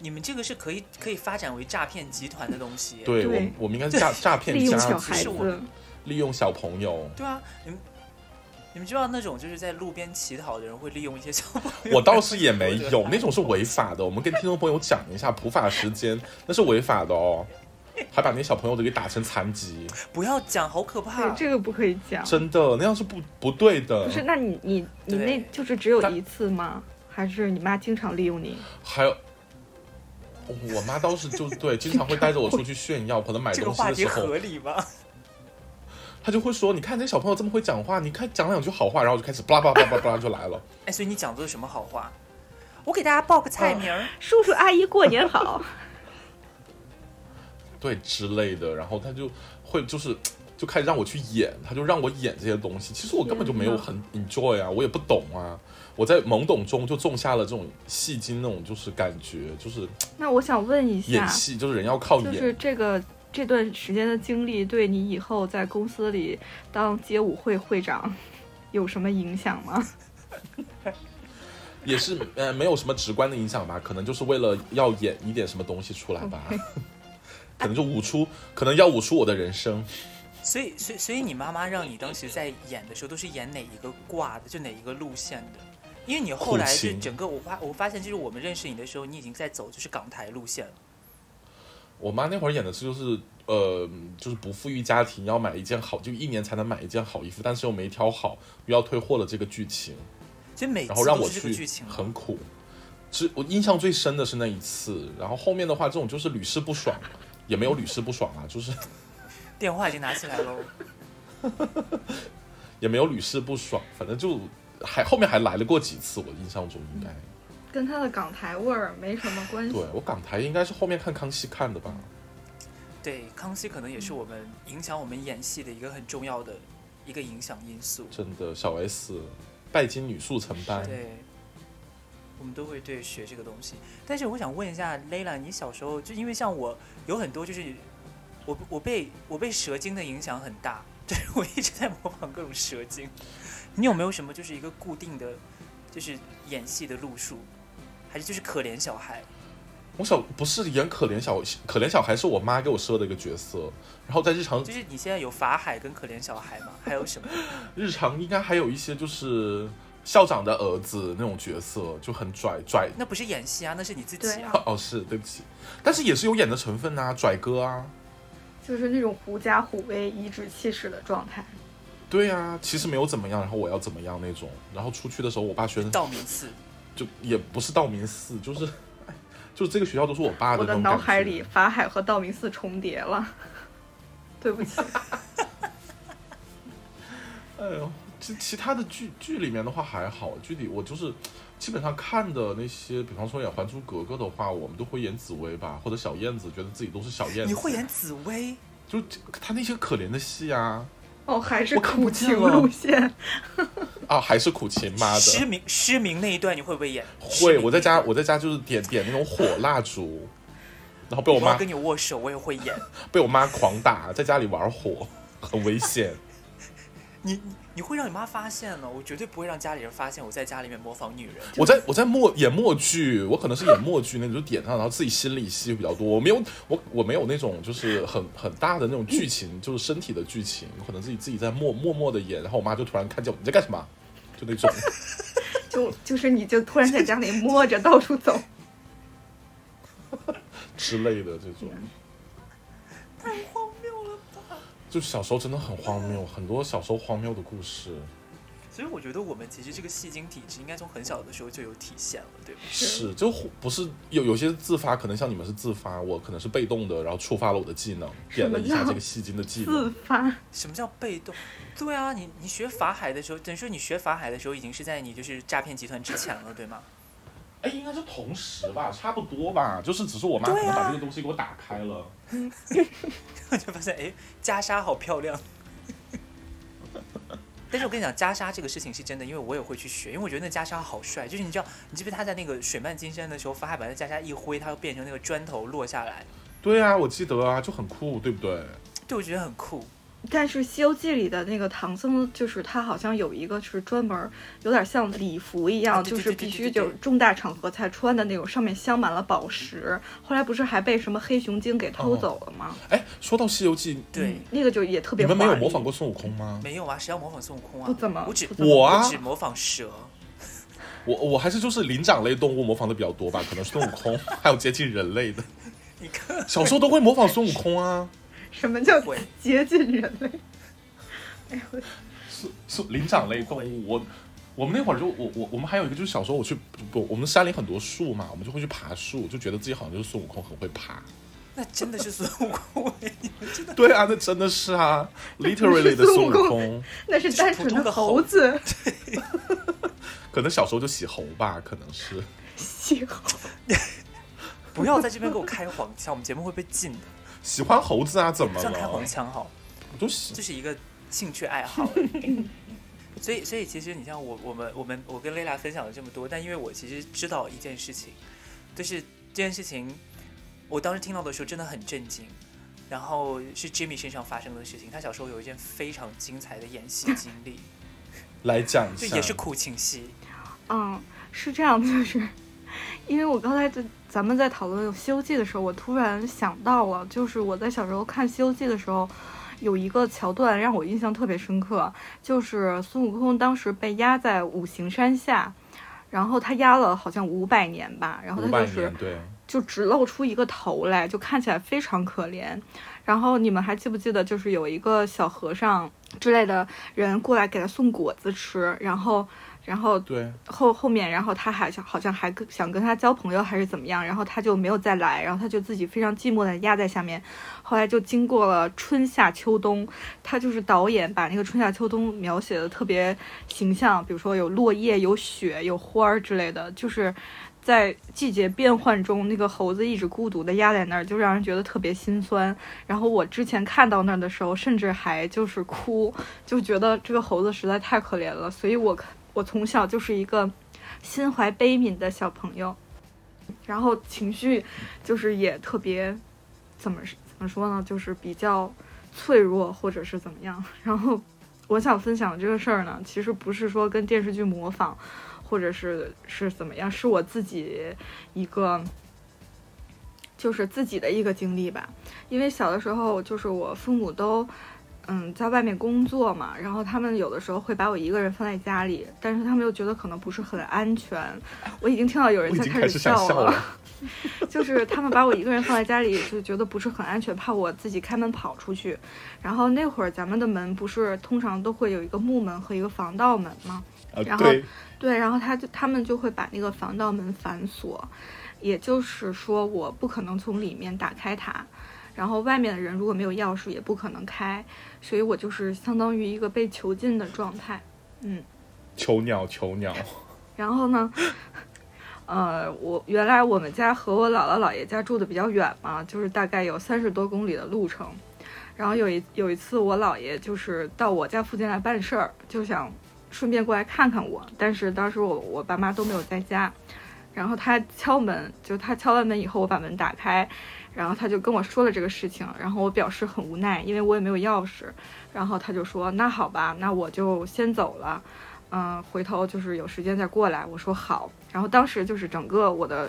Speaker 1: 你们这个是可以可以发展为诈骗集团的东西耶。哎
Speaker 4: 对，
Speaker 3: 对
Speaker 4: 我我们应该是 诈诈骗
Speaker 3: 利用
Speaker 4: 家
Speaker 3: 小
Speaker 4: 族，
Speaker 3: 孩
Speaker 1: 是我
Speaker 3: 子，
Speaker 4: 利用小朋友。
Speaker 1: 对啊，你们你们知道那种就是在路边乞讨的人会利用一些小朋友，
Speaker 4: 我倒是也没 有，那种是违法的。我们跟听众朋友讲一下，普法时间那是违法的哦，还把那小朋友都给打成残疾，
Speaker 1: 不要讲，好可怕
Speaker 3: 对。这个不可以讲。
Speaker 4: 真的那样是不不对的。
Speaker 3: 不是，那你你你
Speaker 1: 对
Speaker 3: 那就是只有
Speaker 4: 但
Speaker 3: 一次吗？还是你妈经常利用你？
Speaker 4: 还有，我妈倒是就对，经常会带着我出去炫耀，可能买
Speaker 1: 这个
Speaker 4: 东西
Speaker 1: 话
Speaker 4: 的
Speaker 1: 题
Speaker 4: 时候，
Speaker 1: 合理吗？
Speaker 4: 她就会说：“你看这小朋友这么会讲话，你看讲两句好话。”然后我就开始巴拉巴拉巴拉巴拉就来了。
Speaker 1: 哎，所以你讲的是什么好话？我给大家报个
Speaker 3: 嗯
Speaker 1: 菜名儿，
Speaker 3: 叔叔阿姨过年好，
Speaker 4: 对之类的，然后他就会就是就开始让我去演，他就让我演这些东西。其实我根本就
Speaker 1: 嗯
Speaker 4: 没有很 enjoy 啊，我也不懂啊，我在懵懂中就种下了这种戏精那种就是感觉，就是
Speaker 1: 啊
Speaker 3: 那我想问一下
Speaker 4: 演，戏就是人要靠
Speaker 3: 就
Speaker 4: 演，
Speaker 3: 是这个这段时间的经历，对你以后在公司里当街舞会会长 有什么影响吗？
Speaker 4: 也是呃没有什么直观的影响吧，可能就是为了要演一点什么东西出来吧。 可能就舞出，可能要舞出我的人生。
Speaker 1: 所以所以所以你妈妈让你当时在演的时候都是演哪一个挂的，就哪一个路线的？因为你后来
Speaker 4: 苦
Speaker 1: 是
Speaker 4: 情
Speaker 1: 整个我发我发现就是我们认识你的时候，你已经在走就是港台路线了。
Speaker 4: 我妈那会儿演的是就是呃，就是不富裕家庭要买一件好，就一年才能买一件好衣服，但是又没挑好，又要退货的这个剧情。
Speaker 1: 所以每次
Speaker 4: 然后让
Speaker 1: 都
Speaker 4: 我
Speaker 1: 是这个剧
Speaker 4: 去
Speaker 1: 情吗，
Speaker 4: 很苦。只我印象最深的是那一次，然后后面的话，这种就是屡试不爽，也没有屡试不爽啊，就是
Speaker 1: 电话已经拿起来哦喽。
Speaker 4: 也没有屡试不爽，反正就还后面还来了过几次，我印象中应该。
Speaker 3: 跟他的港台味儿没什么关系。
Speaker 4: 对我港台应该是后面看康熙看的吧，
Speaker 1: 对，康熙可能也是我们影响我们演戏的一个很重要的一个影响因素。
Speaker 4: 真的小 S 拜金女速成班，
Speaker 1: 对，我们都会对学这个东西。但是我想问一下 Layla，你小时候就因为像我有很多就是我我被我被蛇精的影响很大，就是我一直在模仿各种蛇精。你有没有什么就是一个固定的，就是演戏的路数，还是就是可怜小孩？
Speaker 4: 我小不是演可怜小可怜小孩，是我妈给我设的一个角色，然后在日常
Speaker 1: 就是你现在有法海跟可怜小孩吗？还有什么？
Speaker 4: 日常应该还有一些就是校长的儿子那种角色，就很拽拽
Speaker 1: 那不是演戏啊，那是你自己
Speaker 3: 对
Speaker 1: 啊。
Speaker 3: 啊，
Speaker 4: 哦，是对不起，但是也是有演的成分啊，拽哥啊，
Speaker 3: 就是那种狐假虎威、颐指气使的状态。
Speaker 4: 对啊，其实没有怎么样，然后我要怎么样那种，然后出去的时候，我爸宣
Speaker 1: 道明寺，
Speaker 4: 就也不是道明寺，就是 哎就是这个学校都是我爸
Speaker 3: 我
Speaker 4: 那
Speaker 3: 的
Speaker 4: 种
Speaker 3: 脑
Speaker 4: 感觉
Speaker 3: 海里，法海和道明寺重叠了。 对不起，
Speaker 4: 哎呦，其其他的剧剧里面的话还好，剧里我就是基本上看的那些，比方说演《还珠格格》的话，我们都会演紫薇吧，或者小燕子，觉得自己都是小燕子，
Speaker 1: 你会演紫薇？
Speaker 4: 就他那些可怜的戏啊，
Speaker 3: 哦，还是
Speaker 4: 我看不
Speaker 3: 苦
Speaker 4: 见
Speaker 3: 情
Speaker 4: 了
Speaker 3: 路线。
Speaker 4: 啊还是苦情 妈的，
Speaker 1: 失明失明那一段你会不会演？失
Speaker 4: 会，
Speaker 1: 明
Speaker 4: 我在
Speaker 1: 那
Speaker 4: 家
Speaker 1: 一段
Speaker 4: 我在家就是点点那种火蜡烛，然后被我
Speaker 1: 我要
Speaker 4: 妈
Speaker 1: 跟你握手，我也会演。
Speaker 4: 被我妈狂打，在家里玩火，很危险。
Speaker 1: 你你你会让你妈发现呢？我绝对不会让家里人发现我在家里面模仿女人。
Speaker 4: 我在我在默演默剧，我可能是演默剧那种，就点上，然后自己心里戏比较多。我没有我我没有那种就是很很大的那种剧情，就是身体的剧情，可能自己自己在默默默的演，然后我妈就突然看见我你在干什么，就那种。
Speaker 3: 就就是你就突然在家里摸着到处 走，
Speaker 4: 之类的这种，
Speaker 1: 太荒谬了吧！
Speaker 4: 就小时候真的很荒谬，很多小时候荒谬的故事。
Speaker 1: 所以我觉得我们其实这个戏精体质应该从很小的时候就有体现了，对吧？
Speaker 4: 是，就不是有有些自发，可能像你们是自发，我可能是被动的，然后触发了我的技能，点了一下这个戏精的技能。
Speaker 3: 自发。
Speaker 1: 什么叫被动？对啊，你你学法海的时候，等于说你学法海的时候已经是在你就是诈骗集团之前了，对吗？
Speaker 4: 哎，应该是同时吧，差不多吧，就是只是我妈可能把这个东西给我打开了。
Speaker 1: 我 就发现，哎，袈裟好漂亮。 但是我跟你讲，袈裟这个事情是真的，因为我也会去学，因为我觉得那袈裟好帅。就是你知道，你记不记得他在那个水漫金山的时候，法海把那袈裟一挥，它又变成那个砖头落下来。
Speaker 4: 对啊，我记得啊，就很酷，对不对？
Speaker 1: 对，我觉得很酷。
Speaker 3: 但是《西游记》里的那个唐僧，就是他好像有一个是专门有点像礼服一样，
Speaker 1: 啊对
Speaker 3: 就
Speaker 1: 对
Speaker 3: 是
Speaker 1: 对对
Speaker 3: 必
Speaker 1: 对对
Speaker 3: 须就重大场合才穿的那种，上面镶满了宝石。后来不是还被什么黑熊精给偷
Speaker 4: 哦
Speaker 3: 走了吗？嗯
Speaker 4: 哎，说到《西游记》，
Speaker 1: 对，
Speaker 3: 那个就也特
Speaker 4: 你
Speaker 3: 别华
Speaker 4: 们
Speaker 3: 丽。
Speaker 4: 没有模仿过孙悟空吗？
Speaker 1: 没有啊，谁要模仿孙悟空啊？
Speaker 3: 不怎么
Speaker 1: 我只
Speaker 3: 不怎么
Speaker 4: 我啊
Speaker 1: 我，只模仿蛇。
Speaker 4: 我我还是就是灵长类动物模仿的比较多吧，可能孙悟空，还有接近人类的。
Speaker 1: 你看，
Speaker 4: 小时候都会模仿孙悟空啊，
Speaker 3: 什么叫
Speaker 1: 会
Speaker 3: 接近人类？ 哎呦，
Speaker 4: 是是灵长类动物。我我们那会儿就我我我们还有一个就是小时候我去不我们山里很多树嘛，我们就会去爬树，就觉得自己好像就是孙悟空很会爬。
Speaker 1: 那真的是孙悟空， 你们真的
Speaker 4: 对啊，那真的是 啊，literally 的
Speaker 3: 孙
Speaker 4: 孙
Speaker 3: 悟
Speaker 4: 悟
Speaker 3: 空
Speaker 4: 空。
Speaker 3: 那是单纯
Speaker 1: 普通的猴
Speaker 3: 猴子，
Speaker 4: 可能小时候就喜猴吧，可能是。
Speaker 3: 喜猴。
Speaker 1: 不要在这边给我开黄腔，我们节目会被禁的。
Speaker 4: 喜欢猴子啊，怎么
Speaker 1: 这样开黄
Speaker 4: 了？
Speaker 1: 腔好。
Speaker 4: 我就喜
Speaker 1: 这是一个兴趣爱好。 所以，所以其实你像我，我们，我们，我跟蕾拉分享了这么多，但因为我其实知道一件事情，就是这件事情，我当时听到的时候真的很震惊。然后是 Jimmy 身上发生的事情，他小时候有一件非常精彩的演 戏经历，
Speaker 4: 来讲一
Speaker 1: 这
Speaker 4: 下，
Speaker 1: 也是苦情戏。
Speaker 3: 嗯，是这样，就是因为我刚才在咱们在讨论《西游记》的时候，我突然想到了，就是我在小时候看《西游记》的时候，有一个桥段让我印象特别深刻，就是孙悟空当时被压在五行山下。然后他压了好像五百年吧，然后
Speaker 4: 五
Speaker 3: 他就
Speaker 4: 百
Speaker 3: 是
Speaker 4: 年，对，
Speaker 3: 就只露出一个头来，就看起来非常可怜。然后你们还记不记得，就是有一个小和尚之类的人过来给他送果子吃，然后，然后
Speaker 4: 对，
Speaker 3: 后后面，然后他还想好像还跟想跟他交朋友还是怎么样，然后他就没有再来，然后他就自己非常寂寞的压在下面。后来就经过了春夏秋冬，他就是导演把那个春夏秋冬描写的特别形象，比如说有落叶、有雪、有花儿之类的，就是在季节变换中，那个猴子一直孤独的压在那儿，就让人觉得特别心酸。然后我之前看到那儿的时候，甚至还就是哭，就觉得这个猴子实在太可怜了，所以我我从小就是一个心怀悲悯的小朋友，然后情绪就是也特别怎么怎么说呢，就是比较脆弱或者是怎么样。然后我想分享这个事儿呢，其实不是说跟电视剧模仿，或者是是怎么样，是我自己一个。就是自己的一个经历吧，因为小的时候就是我父母都嗯，在外面工作嘛，然后他们有的时候会把我一个人放在家里，但是他们又觉得可能不是很安全。我已经听到有
Speaker 4: 我
Speaker 3: 人
Speaker 4: 已
Speaker 3: 在
Speaker 4: 经开
Speaker 3: 始
Speaker 4: 始想笑
Speaker 3: 了，
Speaker 4: 了。啊
Speaker 3: 就是他们把我一个人放在家里，就觉得不是很安全，怕我自己开门跑出去。然后那会儿咱们的门不是通常都会有一个木门和一个防盗门吗？
Speaker 4: 啊，
Speaker 3: 然后
Speaker 4: 对，
Speaker 3: 对，然后他就他们就会把那个防盗门反锁，也就是说我不可能从里面打开它，然后外面的人如果没有钥匙也不可能开，所以我就是相当于一个被囚禁的状态。嗯，
Speaker 4: 囚鸟，囚鸟，
Speaker 3: 然后呢， 呃，我原来我们家和我姥姥姥爷家住的比较远嘛，就是大概有三十多公里的路程。然后有一有一次，我姥爷就是到我家附近来办事儿，就想顺便过来看看我，但是当时我我爸妈都没有在家。然后他敲门，就他敲完门以后，我把门打开，然后他就跟我说了这个事情，然后我表示很无奈，因为我也没有钥匙，然后他就说那好吧，那我就先走了，嗯、回头就是有时间再过来。我说好，然后当时就是整个我的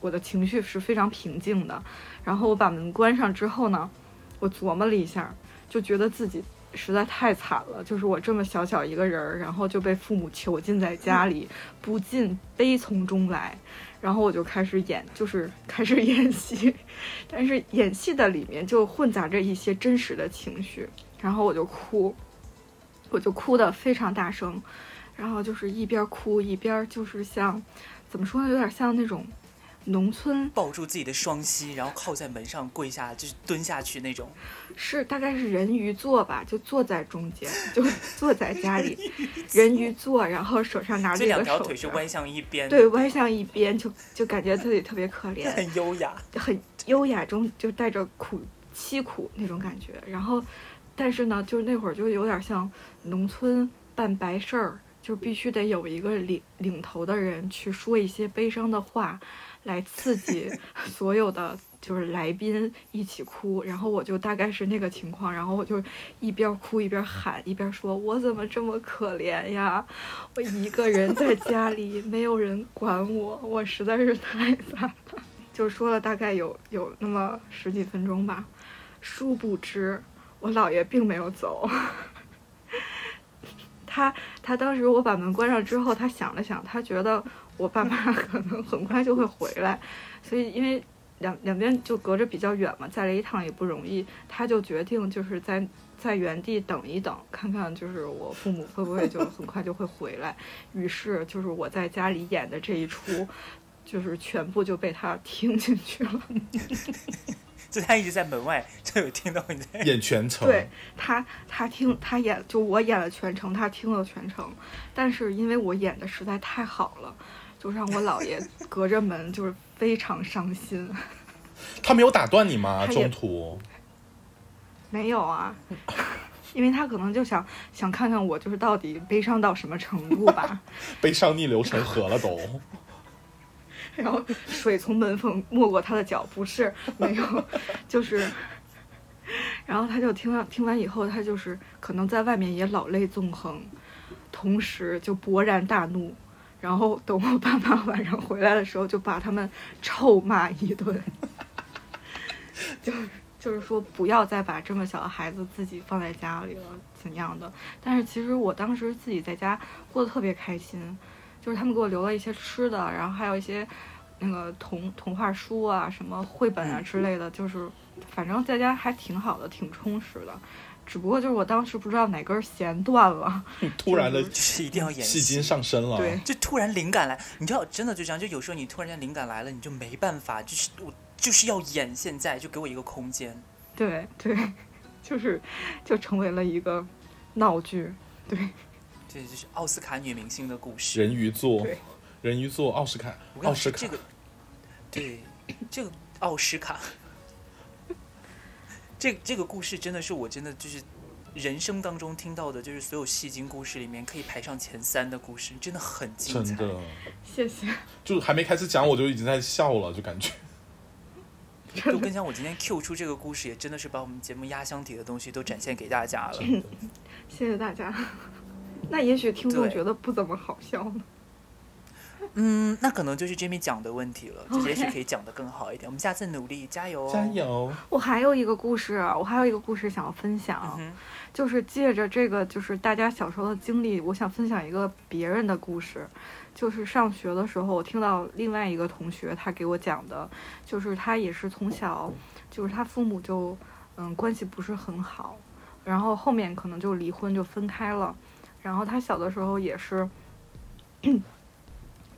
Speaker 3: 我的情绪是非常平静的，然后我把门关上之后呢，我琢磨了一下，就觉得自己。实在太惨了，就是我这么小小一个人儿，然后就被父母囚禁在家里，不禁悲从中来，然后我就开始演，就是开始演戏，但是演戏的里面就混杂着一些真实的情绪，然后我就哭，我就哭得非常大声，然后就是一边哭一边就是像，怎么说呢，有点像那种农村
Speaker 1: 抱住自己的双膝，然后靠在门上跪下，就是蹲下去那种。
Speaker 3: 是大概是人鱼座吧，就坐在中间， 就坐在家里，人鱼座，然后手上 拿着
Speaker 1: 这
Speaker 3: 一
Speaker 1: 两
Speaker 3: 个
Speaker 1: 条
Speaker 3: 手
Speaker 1: 腿是
Speaker 3: 绢
Speaker 1: 歪向一边，
Speaker 3: 对，，歪向一边，就就感觉自己特别可 怜，
Speaker 1: 很优雅。
Speaker 3: 很优雅中就带着苦凄苦那种感觉。然后，但是呢，就是那会儿就有点像农村办白事儿，就必须得有一个领领头的人去说一些悲伤的话，来刺激所有的。就是来宾一起哭，然后我就大概是那个情况，然后我就一边哭一边喊，一边说：“我怎么这么可怜呀？”我一个人在家里，没有人管我，我实在是太 惨了。就说了大概有有那么十几分钟吧，殊不知我姥爷并没有走。 他他当时我把门关上之后，他想了想，他觉得我爸妈可能很快就会回来，所以因为两两边就隔着比较远嘛，再来一趟也不容易，他就决定就是在在原地等一等，看看就是我父母会不会就很快就会回来。于是就是我在家里演的这一出，就是全部就被他听进去了。
Speaker 1: 就他一直在门外，就有听到你在。
Speaker 4: 演全程，
Speaker 3: 对他，他听他演，就我演了全程，他听了全程。但是因为我演的实在太好了，就让我姥爷隔着门就是非常伤心。
Speaker 4: 他没有打断你吗？
Speaker 3: 他也
Speaker 4: 中途
Speaker 3: 没有啊，因为他可能就想想看看我就是到底悲伤到什么程度吧。
Speaker 4: 悲伤逆流成河了都，
Speaker 3: 然后水从门缝没过他的脚，不是没有，就是，然后他就听完听完以后，他就是可能在外面也老泪纵横，同时就勃然大怒，然后等我爸妈晚上回来的时候，就把他们臭骂一顿， 就是就是说不要再把这么小的孩子自己放在家里了，怎样的？但是其实我当时自己在家过得特别开心。就是他们给我留了一些吃的，然后还有一些那个童童话书啊、什么绘本
Speaker 1: 嗯
Speaker 3: 啊之类的，就是反正在家还挺好的，挺充实的。只不过就是我当时不知道哪根弦断了，
Speaker 4: 突然的
Speaker 1: 就是一定要演
Speaker 4: 戏
Speaker 1: 戏
Speaker 4: 精上身了。
Speaker 3: 对，
Speaker 1: 就突然灵感来，你知道，真的就这样，就有时候你突然间灵感来了，你就没办法，就是我就是要演现在，就给我一个空间。
Speaker 3: 对对，就是就成为了一个闹剧。
Speaker 1: 这就是奥斯卡女明星的故事。
Speaker 4: 人鱼座
Speaker 3: 对，
Speaker 4: 人鱼座奥斯卡，
Speaker 1: 我跟
Speaker 4: 奥
Speaker 1: 你
Speaker 4: 斯
Speaker 1: 说，
Speaker 4: 卡，
Speaker 1: 这个，对，这个奥斯卡， 这这个故事真的是我真的就是人生当中听到的，就是所有戏精故事里面可以排上前三的故事，真的很精彩。
Speaker 4: 真的
Speaker 3: 谢谢，
Speaker 4: 就是还没开始讲我就已经在笑了，就感觉
Speaker 1: 就跟像我今天 Q 出这个故事，也真的是把我们节目压箱底的东西都展现给大家了。
Speaker 3: 谢谢大家。 那也许听众
Speaker 1: 对
Speaker 3: 觉得不怎么好笑呢。
Speaker 1: 嗯，那可能就是 Jimmy 讲的问题了，就也许可以讲得更好一点。我们下次努力，加油、哦！
Speaker 4: 加！油，
Speaker 3: 我还有一个故事，啊我还有一个故事想要分享。啊
Speaker 1: 嗯哼，
Speaker 3: 就是借着这个，就是大家小时候的经历，我想分享一个别人的故事。就是上学的时候，我听到另外一个同学他给我讲的，就是他也是从小，就是他父母就嗯关系不是很好，然后后面可能就离婚就分开了。然后他小的时候也是，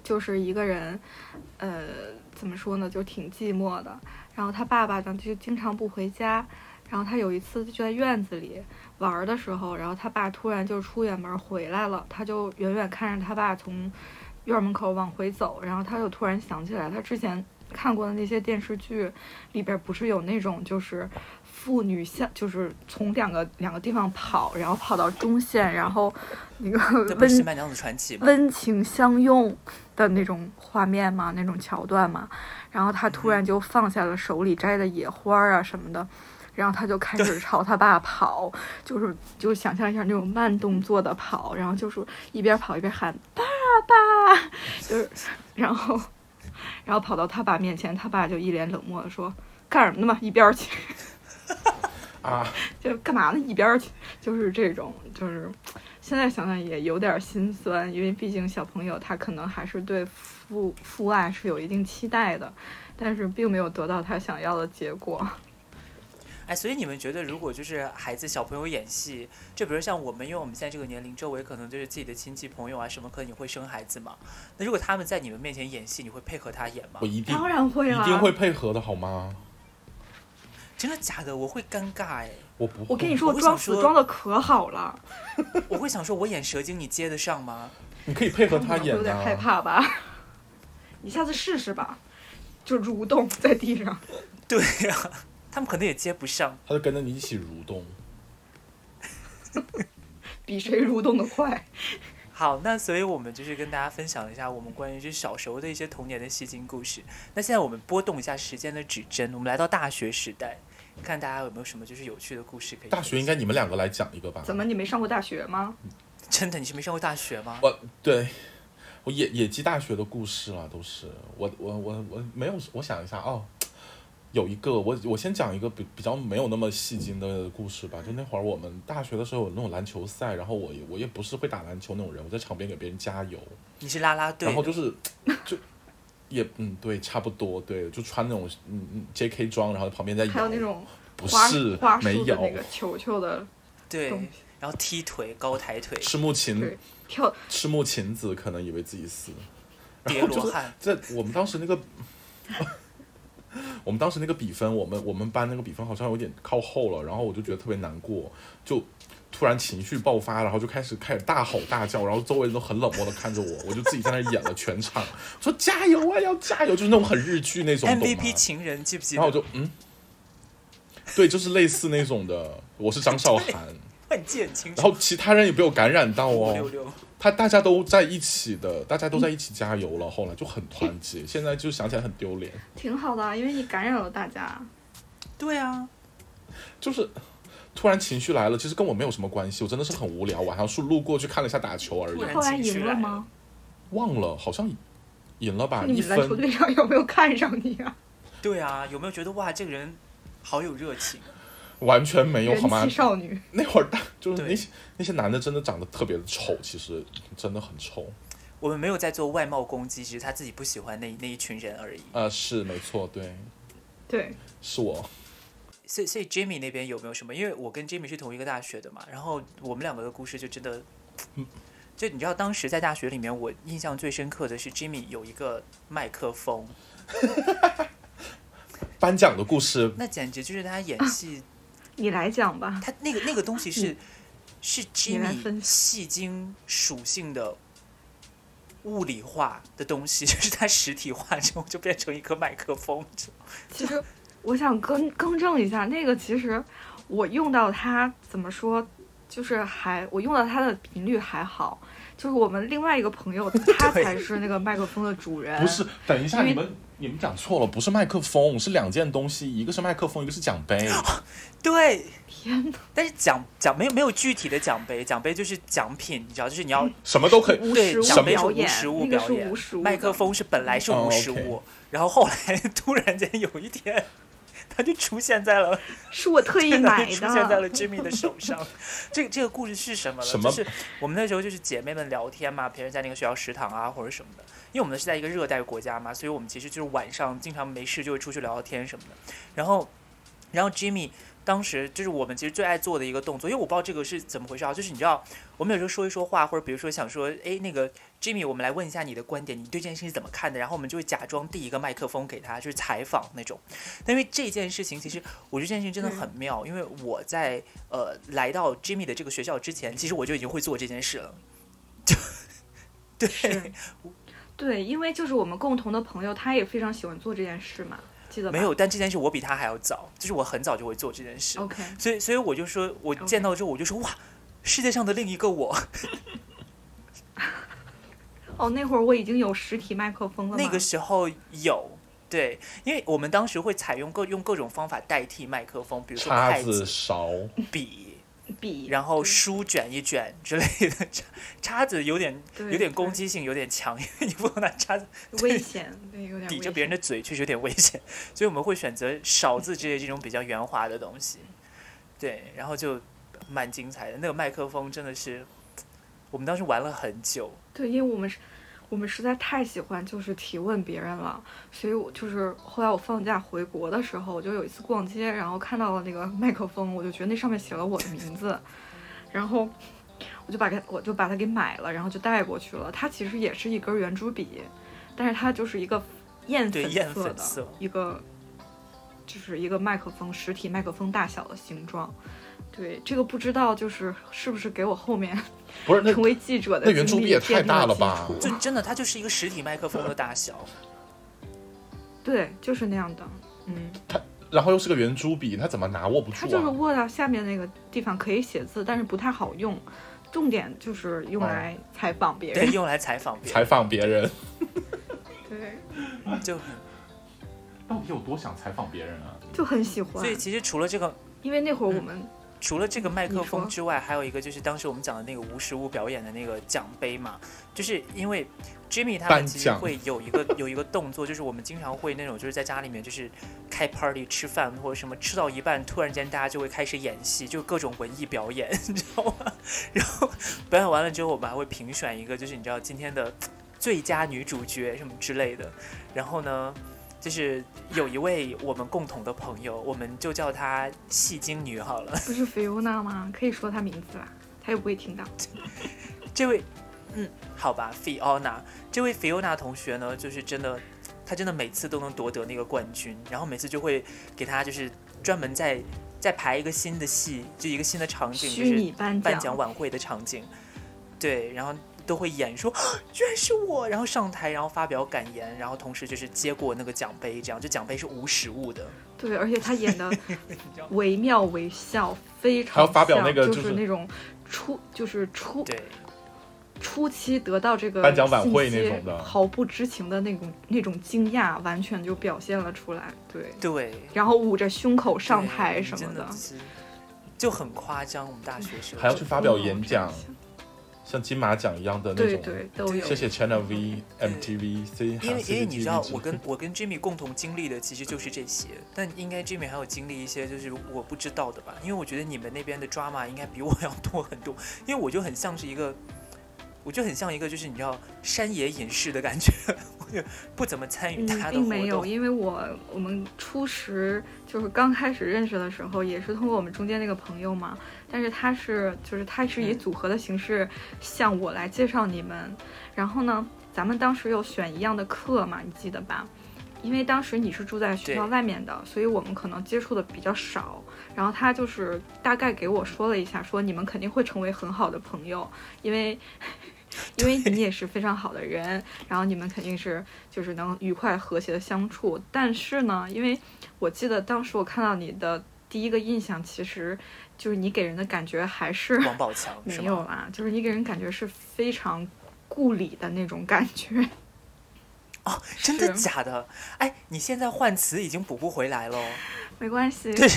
Speaker 3: 就是一个人，呃，怎么说呢，就挺寂寞的。然后他爸爸呢就经常不回家，然后他有一次就在院子里，玩儿的时候，然后他爸突然就出远门回来了，他就远远看着他爸从院门口往回走，然后他就突然想起来，他之前看过的那些电视剧里边不是有那种就是妇女向，就是从两个两个地方跑，然后跑到中线，然后那个
Speaker 1: 这不是《新
Speaker 3: 温
Speaker 1: 白娘子传奇》吗？
Speaker 3: 温情相拥的那种画面嘛，那种桥段嘛。然后他突然就放下了手里摘的野花啊什么的，然后他就开始朝他爸跑，就是就想象一下那种慢动作的跑，然后就是一边跑一边喊爸爸，就是然后然后跑到他爸面前，他爸就一脸冷漠的说。干什么呢嘛，一边儿去！
Speaker 4: 啊，
Speaker 3: 就干嘛呢？一边儿去，就是这种， 就是现在想想也有点心酸，因为毕竟小朋友他可能还是对父父爱是有一定期待的，但是并没有得到他想要的结果。
Speaker 1: 哎，所以你们觉得，如果就是孩子小朋友演戏，就比如像我们，因为我们现在这个年龄，周围可能就是自己的亲戚朋友啊什么，可能也会生孩子嘛。那如果他们在你们面前演戏，你会配合他演吗
Speaker 4: 我？一定
Speaker 3: 当然会啦，
Speaker 4: 一定会配合的好吗？
Speaker 1: 真的假的？我会尴尬哎，
Speaker 4: 我不会，
Speaker 3: 我跟你说，
Speaker 1: 我
Speaker 3: 我
Speaker 1: 会
Speaker 3: 装
Speaker 1: 想
Speaker 3: 死
Speaker 1: 说
Speaker 3: 装的可好了，
Speaker 1: 我会想说，我演蛇精，你接得上吗？
Speaker 4: 你可以配合他
Speaker 3: 我
Speaker 4: 演
Speaker 3: 有点害
Speaker 4: 啊。
Speaker 3: 怕吧？ 你下次试试吧，就蠕动在地上。
Speaker 1: 对呀、他们可能也接不上。
Speaker 4: 他就跟着你一起蠕动。
Speaker 3: 比谁蠕动的快，
Speaker 1: 好，那所以我们就是跟大家分享一下我们关于这小时候的一些童年的戏精故事。那现在我们波动一下时间的指针，我们来到大学时代，看大家有没有什么就是有趣的故事可以分享。
Speaker 4: 大学应该你们两个来讲一个吧？
Speaker 3: 怎么你没上过大学吗？
Speaker 1: 真的你是没上过大学吗？
Speaker 4: 我对我野野鸡大学的故事啊，都是我我我我没有，我想一下哦，有一个我我先讲一个比比较没有那么戏精的故事吧。就那会儿我们大学的时候有那种篮球赛，然后我也我也不是会打篮球那种人，我在场边给别人加油，
Speaker 1: 你是啦啦队
Speaker 4: 然
Speaker 1: 的
Speaker 4: 后就是就。也嗯对，差不多对，就穿那种嗯嗯 J K 装，然后旁边在
Speaker 3: 还有那
Speaker 4: 摇
Speaker 3: 种
Speaker 4: 不
Speaker 3: 花
Speaker 4: 是
Speaker 3: 花
Speaker 4: 没
Speaker 3: 束的
Speaker 4: 有
Speaker 3: 那个球球的
Speaker 1: 对
Speaker 3: 东西，
Speaker 1: 然后踢腿、高抬腿、
Speaker 4: 赤木晴
Speaker 3: 对跳
Speaker 4: 赤木晴子可能以为自己死，
Speaker 1: 叠罗汉，
Speaker 4: 在我们当时那个， 我们当时那个比分，我们我们班那个比分好像有点靠后了，然后我就觉得特别难过，就突然情绪爆发，然后就开始开始大吼大叫，然后周围人都很冷漠的看着我，我就自己在那儿演了全场， 说加油啊，要加油，就是那种很日剧那种，懂吗
Speaker 1: MVP 情人记不记
Speaker 4: 啊然后我
Speaker 1: 得？
Speaker 4: 就嗯，对，就是类似那种的，我是张韶涵，
Speaker 1: 我记得很清
Speaker 4: 然
Speaker 1: 楚。
Speaker 4: 后其他人也被我感染到
Speaker 1: 五
Speaker 4: 哦，
Speaker 1: 六六，
Speaker 4: 他大家都在一起的，大家都在一起加油了，后来就很团结。现在就想起来很丢脸，
Speaker 3: 挺好的啊，因为你感染了大家。
Speaker 1: 对啊，
Speaker 4: 就是突然情绪来了，其实跟我没有什么关系，我真的是很无聊，晚上是路过去看了一下打球而已
Speaker 1: 突，然
Speaker 3: 后来
Speaker 1: 情绪
Speaker 3: 赢了
Speaker 1: 来啊
Speaker 3: 吗？
Speaker 4: 忘了好像赢了吧，
Speaker 3: 你
Speaker 4: 一
Speaker 3: 们篮球
Speaker 4: 分。
Speaker 3: 队上有没有看上你 啊？
Speaker 1: 对啊，有没有觉得哇，这个人好有热情？
Speaker 4: 完全没有
Speaker 3: 人
Speaker 4: 好吗
Speaker 3: 气？少女，
Speaker 4: 那会儿大就是
Speaker 1: 对
Speaker 4: 那些那些男的真的长得特别的丑，其实真的很丑。
Speaker 1: 我们没有在做外貌攻击，只是他自己不喜欢那那一群人而已。
Speaker 4: 呃，是没错，对，
Speaker 3: 对，
Speaker 4: 是我。
Speaker 1: 所以，所以 Jimmy 那边有没有什么？因为我跟 Jimmy 是同一个大学的嘛，然后我们两个的故事就真的，就你知道，当时在大学里面，我印象最深刻的是 Jimmy 有一个麦克风，
Speaker 4: 颁奖的故事
Speaker 1: 那简直就是他
Speaker 3: 啊
Speaker 1: 演戏，
Speaker 3: 你来 讲吧。
Speaker 1: 他那个那个东西是是
Speaker 3: 嗯你来分
Speaker 1: Jimmy 戏精属性的物理化的东西， 就是它实体化之后就变成一个麦克风，你知道吗
Speaker 3: 其实我想更更正一下，那个其实我用到它怎么说，就是还我用到它的频率还好，就是我们另外一个朋友 他才是那个麦克风的主人。
Speaker 4: 不是，，等一下，
Speaker 3: 因为
Speaker 4: 你们你们讲错了，不是麦克风，是两件东西，一个是麦克风，一个是奖杯。
Speaker 1: 对。
Speaker 3: 天哪，
Speaker 1: 但是奖奖没有没有具体的奖杯，奖杯就是奖品，你知道，就是你要
Speaker 4: 什么都可以。
Speaker 3: 无
Speaker 1: 对，
Speaker 3: 实
Speaker 4: 什
Speaker 1: 奖
Speaker 3: 物
Speaker 4: 么
Speaker 1: 杯是
Speaker 3: 表
Speaker 1: 无
Speaker 3: 演
Speaker 1: 实，物
Speaker 3: 那个
Speaker 1: 表
Speaker 3: 是
Speaker 1: 演
Speaker 3: 无实物，的
Speaker 1: 麦克风是本来是
Speaker 4: 哦
Speaker 1: 无
Speaker 4: ，OK
Speaker 1: 实物，然后后来 突然间有一天，它就出现在了，
Speaker 3: 是我 特意
Speaker 1: 真
Speaker 3: 买
Speaker 1: 就
Speaker 3: 的。
Speaker 1: 出现在了 Jimmy 的手上。这个这个故事是什么呢？
Speaker 4: 什么
Speaker 1: 就是我们那时候就是姐妹们聊天嘛，平时在那个学校食堂啊或者什么的，因为我们是在一个热带国家嘛，所以我们其实就是晚上经常没事就会出去聊聊天什么的。然后，然后 Jimmy 当时就是我们其实最爱做的一个动作，因为我不知道这个是怎么回事啊，就是你知道，我们有时候说一说话，或者比如说想说，哎，那个 Jimmy，我们来问一下你的观点，你对这件事情怎么看的？然后我们就会假装递一个麦克风给他，就是采访那种。但因为这件事情，其实我觉得这件事情真的
Speaker 3: 嗯
Speaker 1: 很妙，因为我在呃来到 Jimmy 的这个学校之前，其实我就已经会做这件事了。就对
Speaker 3: 对，因为就是我们共同的朋友，他也非常喜欢做这件事嘛。记得吧
Speaker 1: 没有，但这件事我比他还要早，就是我很早就会做这件事，
Speaker 3: ？OK，
Speaker 1: 所以所以我就说，我
Speaker 3: OK
Speaker 1: 见到之后我就说哇，世界上的另一个我，
Speaker 3: 哦，那会儿我已经有实体麦克风了吗，
Speaker 1: 那个时候有。对，因为我们当时会采用各用各种方法代替麦克风，比如说
Speaker 4: 叉
Speaker 1: 筷
Speaker 4: 子、
Speaker 1: 子、
Speaker 4: 勺，
Speaker 1: 笔，
Speaker 3: 笔，
Speaker 1: 然后
Speaker 3: 对
Speaker 1: 书卷一卷之类的。叉叉子有点
Speaker 3: 对
Speaker 1: 有点攻击性，有点强， 因为你不能拿叉子
Speaker 3: 对危险，对，有点
Speaker 1: 抵
Speaker 3: 危
Speaker 1: 着别人的
Speaker 3: 险
Speaker 1: 嘴，确实有点危险，所以我们会选择勺子之类这种比较圆滑的东西。对，然后就蛮精彩的。那个麦克风真的是，我们当时玩了很久。
Speaker 3: 对，因为我们是。我们实在太喜欢就是提问别人了，所以我就是后来我放假回国的时候，我就有一次逛街，然后看到了那个麦克风，我就觉得那上面写了我的名字，然后我就把它我就把它给买了，然后就带过去了。它其实也是一根圆珠笔，但是它就是一个艳
Speaker 1: 对
Speaker 3: 粉
Speaker 1: 艳
Speaker 3: 色
Speaker 1: 粉
Speaker 3: 的
Speaker 1: 色
Speaker 3: 一个，就是一个麦克风实体麦克风大小的形状。对，这个不知道就是是不是给我后面
Speaker 4: 不是那
Speaker 3: 成为记者的
Speaker 4: 那圆
Speaker 3: 经
Speaker 4: 珠笔
Speaker 3: 历
Speaker 4: 也太
Speaker 3: 奠定
Speaker 4: 大
Speaker 3: 了
Speaker 4: 了
Speaker 3: 基
Speaker 4: 吧
Speaker 3: 础
Speaker 1: 就真的，它就是一个实体麦克风的大小，
Speaker 3: 对，就是那样的。嗯，
Speaker 4: 然后又是个圆珠笔，它怎么拿握不
Speaker 3: 它
Speaker 4: 住
Speaker 3: 就是
Speaker 4: 啊？
Speaker 3: 握到下面那个地方可以写字，但是不太好用。重点就是用
Speaker 4: 哦
Speaker 3: 来采访别
Speaker 1: 对，
Speaker 3: 人。
Speaker 1: 用来采访别
Speaker 4: 采
Speaker 1: 人，
Speaker 4: 访别人，
Speaker 3: 对，
Speaker 1: 就很。
Speaker 4: 到底有多想采访别人啊？
Speaker 3: 就很喜欢
Speaker 1: 所。以其实除了这个，
Speaker 3: 因为那会儿
Speaker 4: 嗯
Speaker 3: 我们
Speaker 1: 除了这个麦克
Speaker 3: 你
Speaker 1: 风
Speaker 3: 说
Speaker 1: 之外，还有一个就是当时我们讲的那个无实物表演的那个奖杯嘛，就是因为 Jimmy 他们
Speaker 4: 颁
Speaker 1: 其实
Speaker 4: 奖
Speaker 1: 会有一个有一个动作，就是我们经常会那种就是在家里面就是开 party 吃饭或者什么，吃到一半突然间大家就会开始演戏，就各种文艺表演， 你知道吗？然后表演完了之后，我们还会评选一个就是你知道今天的最佳女主角什么之类的，然后呢？就是有一位我们共同的朋友，我们就叫她戏精女好了。
Speaker 3: 不是菲欧娜吗？可以说她名字吧，她又不会听到。
Speaker 1: 这位，嗯，好吧，Fiona，这位 Fiona 同学呢，就是真的，她真的每次都能夺得那个冠军，然后每次就会给她就是专门再再排一个新的戏，就一个新的场景，就
Speaker 3: 虚拟
Speaker 1: 是
Speaker 3: 颁
Speaker 1: 颁奖晚会的场景，对，然后都会演说，啊居然是我，然后上台，然后发表感言，然后同时就是接过那个奖杯，这样，就奖杯是无实物的，
Speaker 3: 对，而且她演 的
Speaker 1: 知道
Speaker 3: 惟妙惟肖，非常
Speaker 4: 还要发表
Speaker 3: 像
Speaker 4: 那个
Speaker 3: 就
Speaker 4: 就是
Speaker 3: 那种初就是初
Speaker 1: 对。
Speaker 3: 初期得到这个
Speaker 4: 颁奖晚
Speaker 3: 信
Speaker 4: 会
Speaker 3: 息
Speaker 4: 那种的
Speaker 3: 毫不知情的那种那种惊讶，完全就表现了出来。对，
Speaker 1: 对，
Speaker 3: 然后捂着胸口上台
Speaker 1: 对
Speaker 3: 什么
Speaker 1: 真
Speaker 3: 的
Speaker 1: 的，是就很夸张。我们大学时候
Speaker 4: 还要去发表演讲
Speaker 3: 嗯，
Speaker 4: 像金马奖一样的那
Speaker 3: 对
Speaker 4: 种。
Speaker 3: 对都有。
Speaker 4: 谢谢 Channel V、MTV、C
Speaker 1: 因
Speaker 4: 韩
Speaker 1: 为
Speaker 4: C
Speaker 1: 因为
Speaker 4: C
Speaker 1: 你
Speaker 4: T
Speaker 1: 知道
Speaker 4: V，，
Speaker 1: 我跟我跟 Jimmy 共同经历的其实就是这些，但应该 Jimmy 还有经历一些就是我不知道的吧，因为我觉得你们那边的 drama 应该比我要 多很多，因为我就很像是一个，我就很像一个就是你知道山野隐士的感觉，我就不怎么参与
Speaker 3: 嗯
Speaker 1: 大家，的
Speaker 3: 并
Speaker 1: 活
Speaker 3: 没有，
Speaker 1: 动。
Speaker 3: 因为我我们初时就是刚开始认识的时候，也是通过我们中间那个朋友嘛。但是他是就是他是以
Speaker 1: 嗯
Speaker 3: 组合的形式向我来介绍你们。然后呢，咱们当时有选一样的课嘛，你记得吧？因为当时你是住在学校
Speaker 1: 对
Speaker 3: 外面的，所以我们可能接触的比较少。然后他就是大概给我说了一下，说你们肯定会成为很好的朋友，因为 因为你也是非常好的人，然后你们肯定是就是能愉快和谐的相处。但是呢，因为我记得当时我看到你的第一个印象，其实就是你给人的感觉还 是
Speaker 1: 王宝强
Speaker 3: 没
Speaker 1: 是
Speaker 3: 有
Speaker 1: 吗？
Speaker 3: 啦，就是你给人感觉是非常顾里的那种感觉。
Speaker 1: 哦，真的
Speaker 3: 是
Speaker 1: 假的？哎，你现在换词已经补不回来了。
Speaker 3: 没关系，
Speaker 1: 对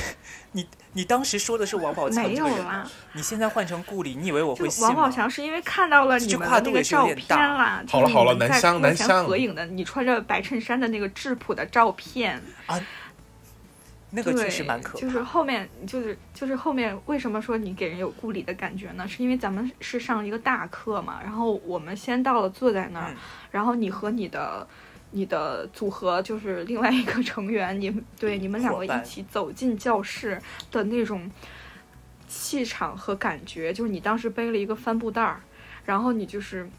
Speaker 1: 你你当时说的是王宝强
Speaker 3: 没
Speaker 1: 这
Speaker 3: 有
Speaker 1: 个人
Speaker 3: 啦。
Speaker 1: 你现在换成顾里，你以为我
Speaker 3: 就
Speaker 1: 会信吗？
Speaker 3: 王宝强是因为看到了你
Speaker 1: 这
Speaker 3: 们
Speaker 1: 跨
Speaker 3: 的那
Speaker 1: 度
Speaker 3: 个
Speaker 1: 也是有
Speaker 3: 照
Speaker 1: 点
Speaker 3: 片啦，
Speaker 4: 好了好了
Speaker 3: 就是你们
Speaker 4: 南
Speaker 3: 在
Speaker 4: 湘
Speaker 3: 婚
Speaker 4: 南
Speaker 3: 前
Speaker 4: 湘
Speaker 3: 合影的，你穿着白衬衫的那个质朴的照片，
Speaker 1: 那个
Speaker 3: 对，
Speaker 1: 确实蛮可怕。
Speaker 3: 就是后面就是就是后面为什么说你给人有顾里的感觉呢？是因为咱们是上一个大课嘛，然后我们先到了坐在那儿，
Speaker 1: 嗯
Speaker 3: 然后你和你的。你的组合就是另外一个成员，你们对你们两个
Speaker 1: 伙伴
Speaker 3: 一起走进教室的那种气场和感觉，就是你当时背了一个帆布袋儿，然后你就是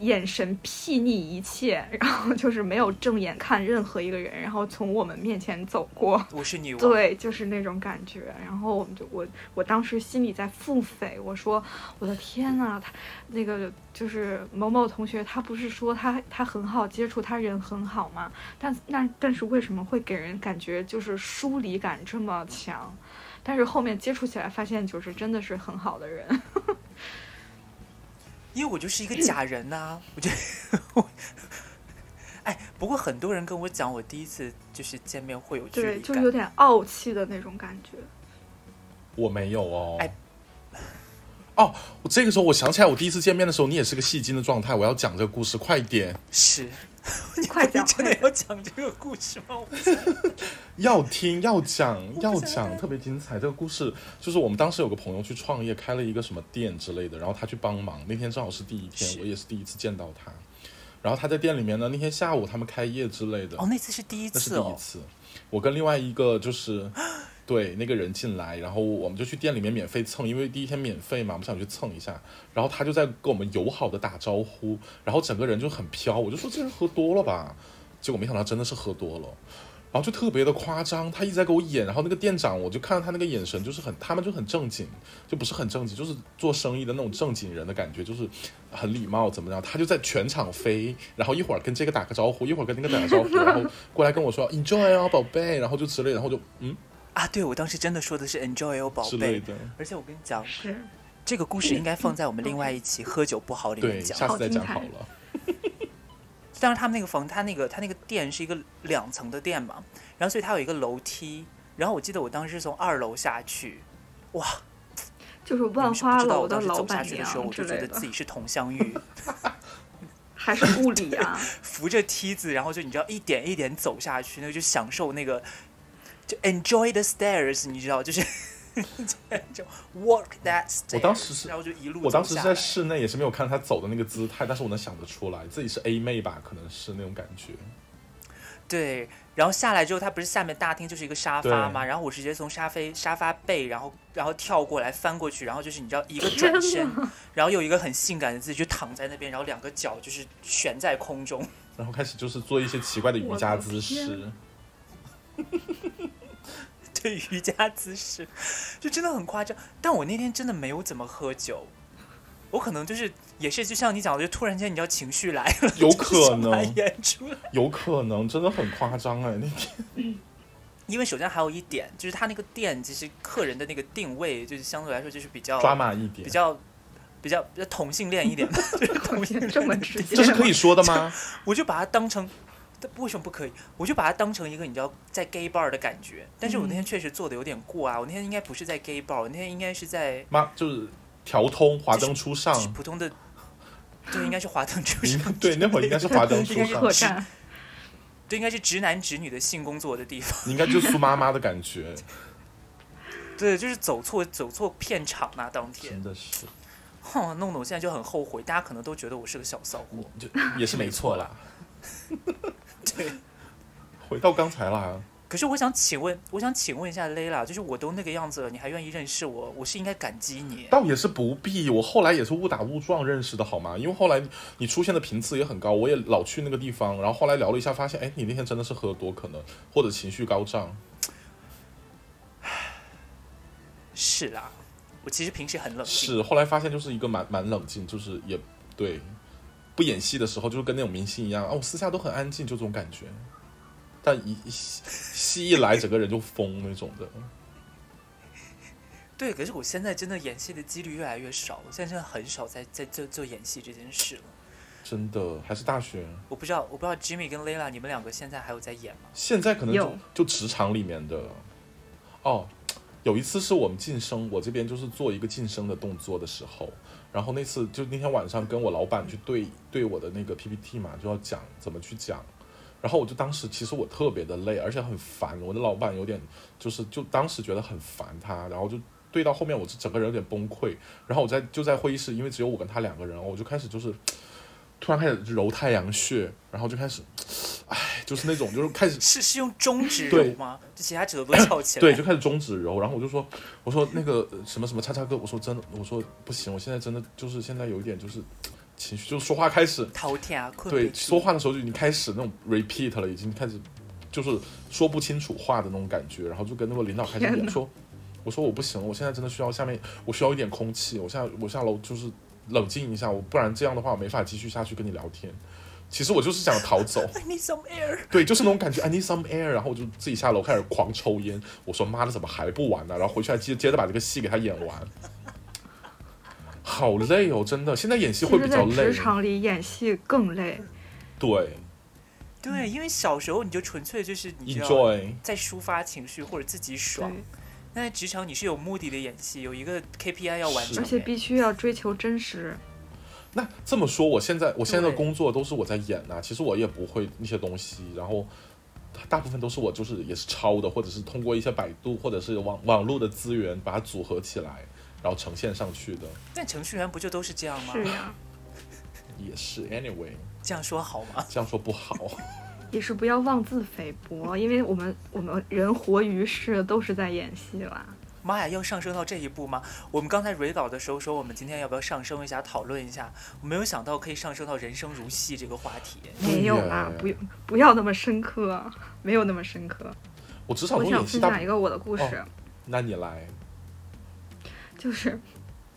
Speaker 3: 眼神睥睨一切，然后就是没有正眼看任何一个人，然后从我们面前走过。
Speaker 1: 我是女王，
Speaker 3: 对，就是那种感觉。然后我们就我我当时心里在腹诽，我说我的天呐，他那个就是某某同学，他不是说他他很好接触，他人很好吗？但那但是为什么会给人感觉就是疏离感这么强？但是后面接触起来发现，就是真的是很好 的人。
Speaker 1: 因为我就是一个假人呐、 我觉得我， 哎，不过很多人跟我讲，我第一次就是见面会有距
Speaker 3: 对，
Speaker 1: 离
Speaker 3: 就
Speaker 1: 感
Speaker 3: 有，点傲气的那种感 觉。
Speaker 4: 我没有哦。
Speaker 1: 哎
Speaker 4: 哦，我这个时候我想起来，我第一次见面的时候，你也是个戏精的状态。我要讲这个故事，快点，
Speaker 1: 是，你
Speaker 3: 快讲
Speaker 1: 真的要讲这个故事吗？ 我
Speaker 4: 要听，要讲，要
Speaker 1: 想
Speaker 4: 讲，
Speaker 1: 听
Speaker 4: 特别精彩。这个故事就是我们当时有个朋友去创业，开了一个什么店之类的，然后他去帮忙。那天正好是第一天
Speaker 1: 是，
Speaker 4: 我也是第一次见到他。然后他在店里面呢，那天下午他们开业之类的，
Speaker 1: 哦，那次是第一
Speaker 4: 那是
Speaker 1: 次
Speaker 4: 第一
Speaker 1: 哦，
Speaker 4: 次。我跟另外一个就是 对那个人进来，然后我们就去店里面免费蹭，因为第一天免费嘛，我们想去蹭一下。然后他就在跟我们友好的打招呼，然后整个人就很飘，我就说这人喝多了吧，结果没想到真的是喝多了。然后就特别的夸张，他一直在给我演，然后那个店长我就看到他那个眼神，就是很他们就很正经，就不是很正经，就是做生意的那种正经人的感觉，就是很礼貌怎么样，他就在全场飞，然后一会儿跟这个打个招呼，一会儿跟那个打个招呼，然后过来跟我说 enjoy 哦宝贝，然后就之类的，然后就嗯
Speaker 1: 啊，对我当时真的说的是 enjoy 哦，宝
Speaker 4: 之类
Speaker 1: 贝。
Speaker 4: 的，
Speaker 1: 而且我跟你讲，
Speaker 3: 是，
Speaker 1: 这个故事应该放在我们另外一期喝酒不好里
Speaker 4: 对，
Speaker 1: 面讲
Speaker 4: 下。次再讲
Speaker 3: 好
Speaker 4: 好
Speaker 3: 精 彩
Speaker 4: 了。
Speaker 1: 当然，他们那个房，他那个他那个店是一个两层的店嘛，然后所以它有一个楼梯，然后我记得我当时是从二楼下去，哇，
Speaker 3: 就是
Speaker 1: 你
Speaker 3: 万
Speaker 1: 们是不
Speaker 3: 花
Speaker 1: 知道
Speaker 3: 楼
Speaker 1: 我当时
Speaker 3: 老
Speaker 1: 走下
Speaker 3: 板
Speaker 1: 去的时候，
Speaker 3: 娘
Speaker 1: 我
Speaker 3: 之
Speaker 1: 就觉
Speaker 3: 类
Speaker 1: 得
Speaker 3: 的
Speaker 1: 自，己是佟 湘玉，
Speaker 3: 还是顾里 啊？
Speaker 1: 扶着梯子，然后就你知道一点一点走下去，那个就享受那个，就 enjoy the stairs，你知道，就是 就 walk that stairs。
Speaker 4: 我当时是
Speaker 1: 然后就一路
Speaker 4: 我
Speaker 1: 走
Speaker 4: 当时是
Speaker 1: 下
Speaker 4: 在
Speaker 1: 来
Speaker 4: 室内，也是没有看他走的那个姿态，但是我能想得出来，自己是 A 妹吧，可能是那种感觉。
Speaker 1: 对，然后下来之后，它不是下面大厅就是一个沙发
Speaker 4: 对
Speaker 1: 吗？然后我直接从沙发沙发背，然后然后跳过来翻过去，然后就是你知道一个
Speaker 3: 天
Speaker 1: 转身
Speaker 3: 哪，
Speaker 1: 然后有一个很性感的自己就躺在那边，然后两个脚就是悬在空中。
Speaker 4: 然后开始就是做一些奇怪的瑜伽姿
Speaker 3: 我的
Speaker 4: 势，
Speaker 1: 对瑜伽姿势，就真的很夸张。但我那天真的没有怎么喝酒，我可能就是也是就像你讲的，就突然间你知道情绪来了，
Speaker 4: 有
Speaker 1: 就是
Speaker 4: 可
Speaker 1: 想把它
Speaker 4: 能，
Speaker 1: 演出来。
Speaker 4: 有可能，真的很夸张哎，那天
Speaker 1: 因为首先还有一点就是他那个店其实客人的那个定位就是相对来说就是比较
Speaker 4: 抓马一点
Speaker 1: 比，较。比较比较同性恋一点， 就是同性恋
Speaker 3: 这么
Speaker 1: 的
Speaker 3: 直
Speaker 1: 店
Speaker 3: 接
Speaker 4: 这是可以说的吗？
Speaker 1: 我就把它当成，但为什么不可以？我就把它当成一个你知道在 gay bar 的感觉。但是我
Speaker 4: 嗯
Speaker 1: 那天确实做的有点过啊，我那天应该不是在 gay bar，我那天应该是在
Speaker 4: 妈，就是调通，华灯初上
Speaker 1: 就，是普通的，对，应该是华灯初
Speaker 4: 你，
Speaker 1: 上
Speaker 4: 嗯 对，那会儿应该是华灯初
Speaker 1: 应该是
Speaker 4: 上
Speaker 3: 客，栈，
Speaker 1: 对，应该是直男直女的性工作的地方。
Speaker 4: 你应该就是苏妈妈的感觉，
Speaker 1: 对，就是走错走错片场啊，当天
Speaker 4: 真，的是，
Speaker 1: 哼，弄得我现在就很后悔，大家可能都觉得我是个小骚货。
Speaker 4: 就也是没错啦。
Speaker 1: 对，
Speaker 4: 回到刚才啦，
Speaker 1: 可是我想请问，我想请问一下 Layla，就是我都那个样子了，你还愿意认识我，我是应该感激你。
Speaker 4: 倒也是不必。我后来也是误打误撞认识的，好吗？因为后来你出现的频次也很高，我也老去那个地方，然后后来聊了一下，发现哎，你那天真的是喝多，可能或者情绪高涨。
Speaker 1: 是啦，我其实平时很冷静，
Speaker 4: 是，啊后来发现就是一个蛮蛮冷静，就是也对，不演戏的时候就是跟那种明星一样啊，我私下都很安静，就这种感觉。但一一戏戏一来，整个人就疯那种的。
Speaker 1: 对。可是我现在真的演戏的几率越来越少，我现在真的很少在在做做演戏这件事了。
Speaker 4: 真的，还是大学，
Speaker 1: 我不知道，我不知道 Jimmy 跟 Layla 你们两个现在还有在演吗？
Speaker 4: 现在可能就
Speaker 3: 有
Speaker 4: 就职场里面的，哦，有一次是我们晋升，我这边就是做一个晋升的动作的时候，然后那次就那天晚上跟我老板去对对我的那个 PPT 嘛，就要讲怎么去讲，然后我就当时其实我特别的累，而且很烦，我的老板有点就是就当时觉得很烦他，然后就。对到后面，我是整个人有点崩溃，然后我在就在会议室，因为只有我跟他两个人，我就开始就是突然开始揉太阳穴，然后就开始，唉，就是那种就是开始
Speaker 1: 是是用中指
Speaker 4: 对
Speaker 1: 揉吗？就其他指头都翘起来。
Speaker 4: 对，就开始中指揉，然后我就说，我说那个呃什么什么叉叉哥，我说真的，我说不行，我现在真的就是现在有一点就是情绪，就是说话开始
Speaker 1: 头疼困
Speaker 4: 对
Speaker 1: 不
Speaker 4: 说
Speaker 1: 住，
Speaker 4: 话的时候就已经开始那种 repeat 了，已经开始就是说不清楚话的那种感觉，然后就跟那个领导开始
Speaker 3: 天
Speaker 4: 聊
Speaker 3: 哪
Speaker 4: 说，我说我不行，我现在真的需要下面我需要一点空气，我下我下楼就是冷静一下，我不然这样的话我没法继续下去跟你聊天。其实我就是想逃走，
Speaker 1: I need some air。
Speaker 4: 对，就是那种感觉，I need some air，然后我就自己下楼开始狂抽烟。我说妈的，怎么还不完呢、然后回去还接接着把这个戏给他演完，好累哦，真的。现在演戏
Speaker 3: 其
Speaker 4: 会
Speaker 3: 实，
Speaker 4: 比
Speaker 3: 在
Speaker 4: 较累
Speaker 3: 职，场里演戏更累。
Speaker 4: 对
Speaker 1: 对，因为小时候你就纯粹就是你知道
Speaker 4: ，enjoy，
Speaker 1: 在抒发情绪或者自己
Speaker 3: 对
Speaker 1: 爽，，那在职场你是有目的的演戏，有一个 KPI 要完
Speaker 4: 是
Speaker 1: 成
Speaker 3: 而
Speaker 1: 的，
Speaker 3: 且必须要追求真实。
Speaker 4: 那这么说，我现在我现在的
Speaker 1: 对
Speaker 4: 工作都是我在演呐、其实我也不会那些东西，然后大部分都是我就是也是抄的，或者是通过一些百度或者是网网络的资源把它组合起来，然后呈现上去的，
Speaker 1: 但程序员不就都是这样吗？
Speaker 3: 是呀，
Speaker 4: 也是 anyway，
Speaker 1: 这样说好吗？
Speaker 4: 这样说不好，
Speaker 3: 也是不要妄自菲薄，因为我们我们人活于世都是在演戏啦。
Speaker 1: 妈呀，要上升到这一步吗？我们刚才蕊导的时候说，我们今天要不要上升一下，讨论一下？我没有想到可以上升到人生如戏这个话题。
Speaker 3: 没有啦，不用不要那么深刻，没有那么深刻。
Speaker 4: 我职场
Speaker 3: 我
Speaker 4: 中
Speaker 3: 想
Speaker 4: 演戏
Speaker 3: 分
Speaker 4: 大
Speaker 3: 享一个我的故事，
Speaker 4: 哦那你来，
Speaker 3: 就是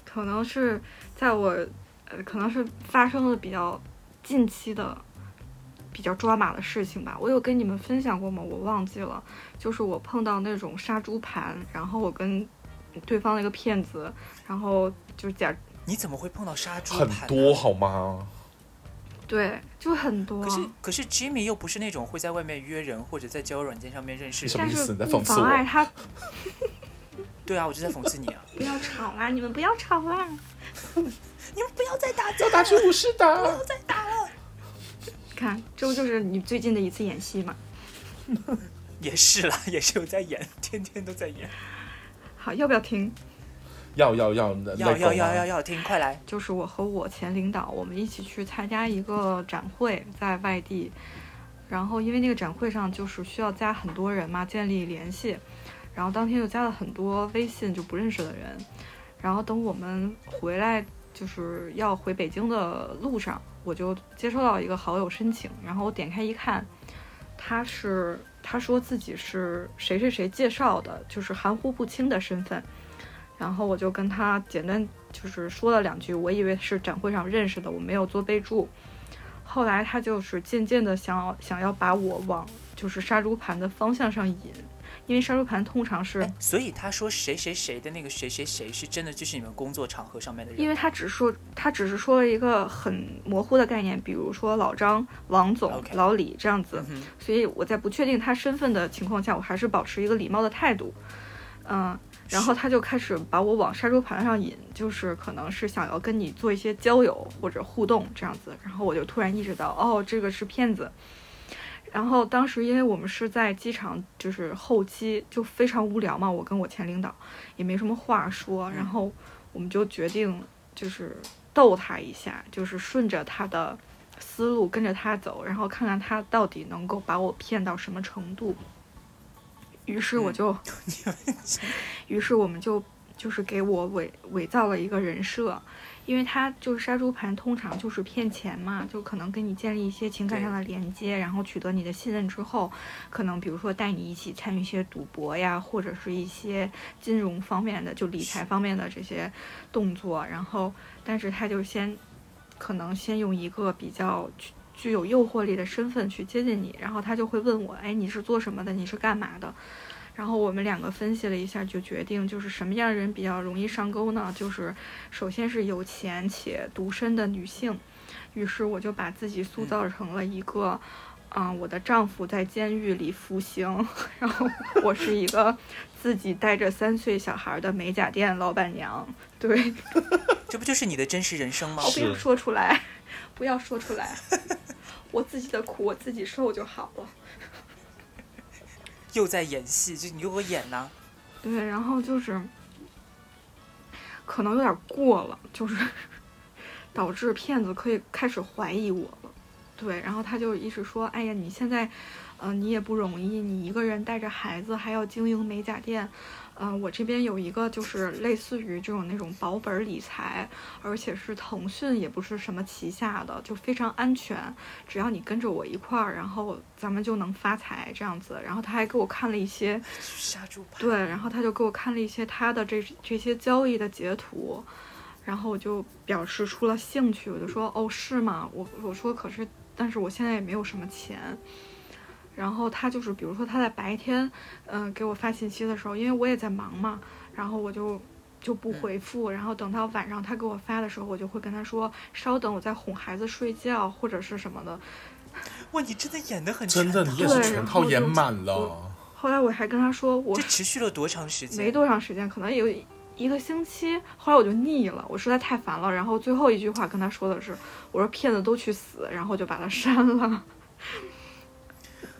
Speaker 3: 可能是在我呃，可能是发生了比较近期的比较抓马的事情吧。我有跟你们分享过吗？我忘记了。就是我碰到那种杀猪盘，然后我跟对方那个骗子，然后就假
Speaker 1: 你怎么会碰到杀猪
Speaker 4: 很
Speaker 1: 盘、呢？
Speaker 4: 多好吗？
Speaker 3: 对，就很多
Speaker 1: 可。是可是 Jimmy 又不是那种会在外面约人或者在交友软件上面认识
Speaker 4: 什么
Speaker 1: 人
Speaker 3: 但
Speaker 4: 意。思
Speaker 3: 是
Speaker 4: 你在
Speaker 3: 不
Speaker 4: 讽刺
Speaker 3: 妨
Speaker 4: 我
Speaker 3: 碍他
Speaker 1: 对啊，我就在讽刺你啊！
Speaker 3: 不要吵啦！你们不要吵啦！
Speaker 1: 你们不要再打架
Speaker 4: 要打去武士打，
Speaker 3: 看，这不就是你最近的一次演戏吗？
Speaker 1: 也是啦，也是有在演，天天都在演。
Speaker 3: 好，要不要听？
Speaker 4: 要要要，那
Speaker 1: 要
Speaker 4: 那
Speaker 1: 要
Speaker 4: 狗
Speaker 1: 要
Speaker 4: 吗
Speaker 1: 要要听，快来！
Speaker 3: 就是我和我前领导，我们一起去参加一个展会，在外地。然后因为那个展会上就是需要加很多人嘛，建立联系。然后当天就加了很多微信就不认识的人。然后等我们回来，就是要回北京的路上，我就接收到一个好友申请，然后我点开一看，他是他说自己是谁谁谁介绍的，就是含糊不清的身份。然后我就跟他简单就是说了两句，我以为是展会上认识的，我没有做备注。后来他就是渐渐的想要想要把我往就是杀猪盘的方向上引，因为杀猪盘通常是
Speaker 1: 哎，所以他说谁谁谁的那个谁谁谁是真的，就是你们工作场合上面的人，
Speaker 3: 因为他只说他只是说了一个很模糊的概念，比如说老张、王总、
Speaker 1: OK
Speaker 3: 老李这样子
Speaker 1: 嗯，哼
Speaker 3: 所以我在不确定他身份的情况下，我还是保持一个礼貌的态度，嗯、然后他就开始把我往杀猪盘上引，就是可能是想要跟你做一些交友或者互动这样子，然后我就突然意识到，哦，这个是骗子。然后当时因为我们是在机场，就是候机就非常无聊嘛，我跟我前领导也没什么话说，然后我们就决定就是逗他一下，就是顺着他的思路跟着他走，然后看看他到底能够把我骗到什么程度。于是我
Speaker 1: 嗯
Speaker 3: 就于是我们就就是给我伪伪造了一个人设，因为他就是杀猪盘，通常就是骗钱嘛，就可能跟你建立一些情感上的连接，然后取得你的信任之后，可能比如说带你一起参与一些赌博呀，或者是一些金融方面的，就理财方面的这些动作，然后但是他就先可能先用一个比较具具有诱惑力的身份去接近你，然后他就会问我，哎，你是做什么的？你是干嘛的？然后我们两个分析了一下，就决定就是什么样的人比较容易上钩呢？就是首先是有钱且独身的女性。于是我就把自己塑造成了一个，嗯、我的丈夫在监狱里服刑，然后我是一个自己带着三岁小孩的美甲店老板娘。对，
Speaker 1: 这不就是你的真实人生吗？
Speaker 3: 哦，不要
Speaker 4: 是
Speaker 3: 说出来， 不要说出来， 我自己的苦我自己受就好了。
Speaker 1: 又在演戏，就你给我演呐、
Speaker 3: 对，然后就是可能有点过了，就是 导致骗子可以开始怀疑我了。对，然后他就一直说：“哎呀，你现在嗯、你也不容易，你一个人带着孩子还要经营美甲店。嗯、我这边有一个就是类似于这种那种保本理财，而且是腾讯也不是什么旗下的，就非常安全。只要你跟着我一块儿，然后咱们就能发财这样子。然后他还给我看了一些
Speaker 1: 杀猪盘，
Speaker 3: 对，然后他就给我看了一些他的这这些交易的截图，然后我就表示出了兴趣，我就说哦是吗？我我说可是，但是我现在也没有什么钱。然后他就是，比如说他在白天，嗯、给我发信息的时候，因为我也在忙嘛，然后我就就不回复。然后等到晚上他给我发的时候，我就会跟他说，稍等，我在哄孩子睡觉或者是什么的。
Speaker 1: 哇，你真的演的很
Speaker 4: 真的
Speaker 1: 全
Speaker 4: 你
Speaker 1: 套
Speaker 4: 也
Speaker 3: 对
Speaker 4: 是全套演满
Speaker 3: 然后
Speaker 4: 了，
Speaker 3: 后来我还跟他说，我
Speaker 1: 这持续了多长时间？
Speaker 3: 没多长时间，可能有一一个星期。后来我就腻了，我实在太烦了。然后最后一句话跟他说的是：“我说骗子都去死。”然后我就把他删了。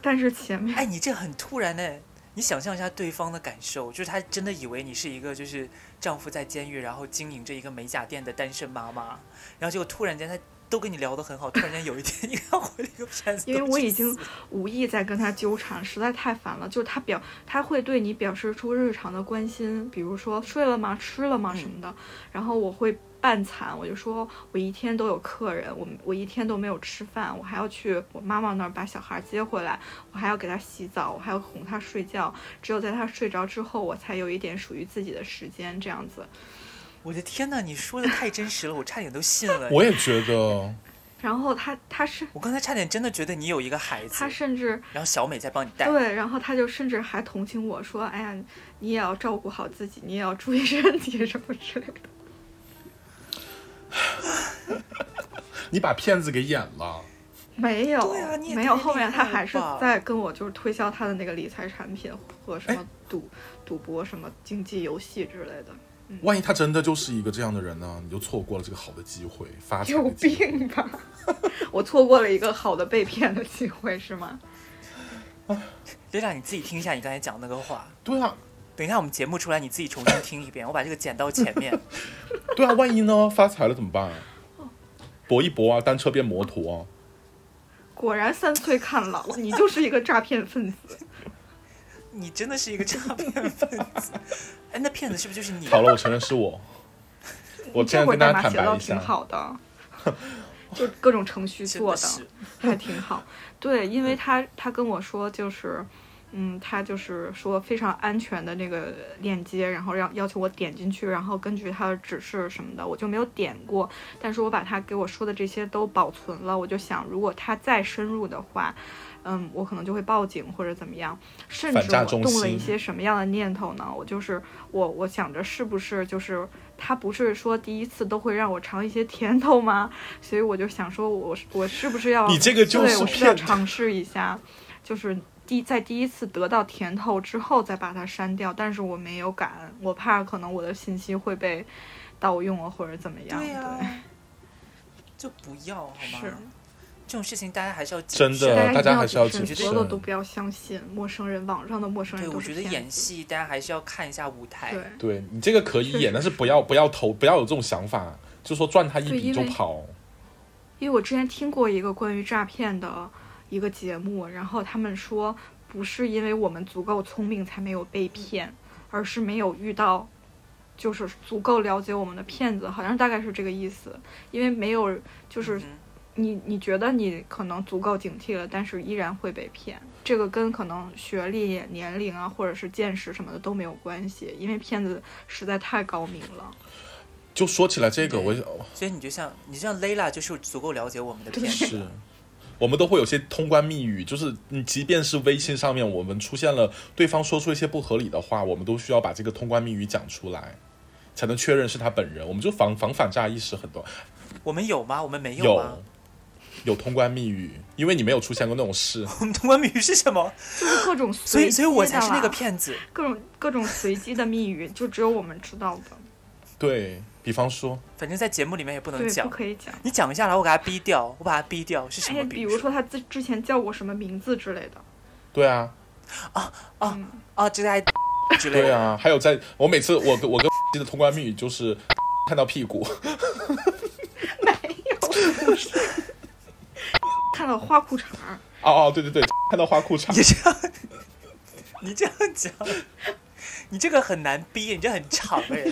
Speaker 3: 但是前面
Speaker 1: 哎，你这很突然呢。你想象一下对方的感受，就是她真的以为你是一个就是丈夫在监狱，然后经营着一个美甲店的单身妈妈，然后结果突然间她都跟你聊得很好，突然间有一天 你看回了一个骗子，
Speaker 3: 因为我已经无意在跟他纠缠，实在太烦了。就是他表，他会对你表示出日常的关心，比如说睡了吗、吃了吗
Speaker 1: 嗯
Speaker 3: 什么的。然后我会半残，我就说我一天都有客人，我我一天都没有吃饭，我还要去我妈妈那儿把小孩接回来，我还要给他洗澡，我还要哄他睡觉。只有在他睡着之后，我才有一点属于自己的时间，这样子。
Speaker 1: 我的天呐，你说的太真实了，我差点都信了。
Speaker 4: 我也觉得
Speaker 3: 然后他他是
Speaker 1: 我刚才差点真的觉得你有一个孩子
Speaker 3: 他，甚至
Speaker 1: 然后小美在帮你带。
Speaker 3: 对，然后他就甚至还同情我说：“哎呀，你也要照顾好自己，你也要注意身体什么之类的。
Speaker 4: 你把骗子给演了。”
Speaker 3: 没有，
Speaker 1: 对啊你也
Speaker 3: 没有。
Speaker 1: 太
Speaker 3: 后面
Speaker 1: 厉
Speaker 3: 他
Speaker 1: 害
Speaker 3: 还
Speaker 1: 了
Speaker 3: 是
Speaker 1: 吧
Speaker 3: 在跟我就是推销他的那个理财产品和什
Speaker 4: 哎
Speaker 3: 么赌赌博、什么竞技游戏之类的。
Speaker 1: 啊
Speaker 4: 万一他真的就是一个这样的人呢？你就错过了这个好的机会，发财
Speaker 3: 有
Speaker 4: 的机会。
Speaker 3: 病吧！ 我错过了一个好的被骗的机会是吗？
Speaker 1: 对啦，你自己听一下你刚才讲那个话，
Speaker 4: 对啊，
Speaker 1: 等一下我们节目出来你自己重新听一遍，我把这个剪到前 面。
Speaker 4: 对啊，万一呢？发财了怎么办？搏一搏啊，单车变摩托啊！
Speaker 3: 果然三催看老，你就是一个诈骗分子。
Speaker 1: 你真的是一个诈骗分子，哎，那骗子是不是就是你？
Speaker 4: 好了，我承认是 我。我
Speaker 3: 你这
Speaker 4: 现在
Speaker 3: 会儿
Speaker 4: 跟
Speaker 3: 代
Speaker 4: 大
Speaker 3: 码
Speaker 4: 家坦
Speaker 3: 写
Speaker 4: 白
Speaker 3: 到
Speaker 4: 一
Speaker 3: 挺
Speaker 4: 下，
Speaker 3: 好的，就各种程序
Speaker 1: 真
Speaker 3: 做
Speaker 1: 的
Speaker 3: 的。
Speaker 1: 是。
Speaker 3: 还挺好。对，因为他他跟我说就是，嗯，他就是说非常安全的那个链接，然后让要求我点进去，然后根据他的指示什么的，我就没有点过。但是我把他给我说的这些都保存了，我就想，如果他再深入的话。嗯，我可能就会报警或者怎么样，甚
Speaker 4: 反
Speaker 3: 至
Speaker 4: 诈
Speaker 3: 我
Speaker 4: 中
Speaker 3: 动了一
Speaker 4: 心
Speaker 3: 些什么样的念头呢？我就是我，我想着是不是就是他不是说第一次都会让我尝一些甜头吗？所以我就想说我，我是不是要
Speaker 4: 你这个就
Speaker 3: 对
Speaker 4: 是
Speaker 3: 我是要
Speaker 4: 骗
Speaker 3: 尝试一下，就是第在第一次得到甜头之后再把它删掉，但是我没有敢，我怕可能我的信息会被盗用啊或者怎么样。
Speaker 1: 对
Speaker 3: 对,、啊
Speaker 1: 呀、 就不要好吗？
Speaker 3: 是
Speaker 1: 这种事情大家还是要谨
Speaker 4: 真
Speaker 1: 慎
Speaker 4: 的，呃大
Speaker 3: 大
Speaker 4: 家
Speaker 3: 家
Speaker 4: 还
Speaker 3: 一
Speaker 4: 是
Speaker 3: 定
Speaker 4: 要
Speaker 3: 要
Speaker 4: 谨
Speaker 3: 慎，所有的都
Speaker 4: 慎。
Speaker 3: 不要相信陌生人，网上的陌生
Speaker 1: 对，
Speaker 3: 人都
Speaker 1: 我
Speaker 3: 是
Speaker 1: 觉得
Speaker 3: 骗
Speaker 1: 演
Speaker 3: 子。
Speaker 1: 戏大家还是要看一下舞台。嗯
Speaker 3: 对，
Speaker 4: 对你这个可以演，但是不要不要投，不要有这种想法，就说赚他一
Speaker 3: 对
Speaker 4: 笔
Speaker 3: 因
Speaker 4: 就
Speaker 3: 为
Speaker 4: 跑。
Speaker 3: 因为我之前听过一个关于诈骗的一个节目，然后他们说不是因为我们足够聪明才没有被骗，而是没有遇到就是足够了解我们的骗子，好像大概是这个意思。因为没有就是
Speaker 1: 嗯哼
Speaker 3: 你你觉得你可能足够警惕了，但是依然会被骗。这个跟可能学历、年龄啊，或者是见识什么的都没有关系，因为骗子实在太高明了。
Speaker 4: 就哦说起来这个，我
Speaker 1: 所以你就像你像 Layla 就是足够了解我们的骗子。
Speaker 4: 是，我们都会有些通关密语，就是你即便是微信上面，我们出现了对方说出一些不合理的话，我们都需要把这个通关密语讲出来，才能确认是他本人。我们就防防反诈意识很多，
Speaker 1: 我们有吗？我们没
Speaker 4: 有
Speaker 1: 吗？
Speaker 4: 有通关密语，因为你没有出现过那种事。
Speaker 1: 我们通关密语是什 么？
Speaker 3: 就是各种
Speaker 1: 所
Speaker 3: 随
Speaker 1: 以
Speaker 3: 机
Speaker 1: 所
Speaker 3: 的
Speaker 1: 以
Speaker 3: 啦，
Speaker 1: 我才是那个骗子。
Speaker 3: 各种各种随机的密语，就只有我们知道的，
Speaker 4: 对比方说，
Speaker 1: 反正在节目里面也不 能
Speaker 3: 对，不
Speaker 1: 讲。
Speaker 3: 可以讲。
Speaker 1: 你讲一下，然后我给他逼掉，我把他逼掉是什
Speaker 3: 哎
Speaker 1: 么
Speaker 3: 呀，
Speaker 1: 比
Speaker 3: 比
Speaker 1: 如
Speaker 3: 如说他之之前叫我什么名字之类的，
Speaker 4: 对啊，
Speaker 3: 嗯，
Speaker 1: 啊，这个还之类的。
Speaker 4: 对啊，还有在我每次我跟我跟的 通关密语就是 看到屁股，
Speaker 3: 没有，不是，看到花裤衩儿，
Speaker 4: 哦哦，对对对， 看到花裤衩
Speaker 1: 你，这样，你这样讲，你这个很难逼，你这很长哎，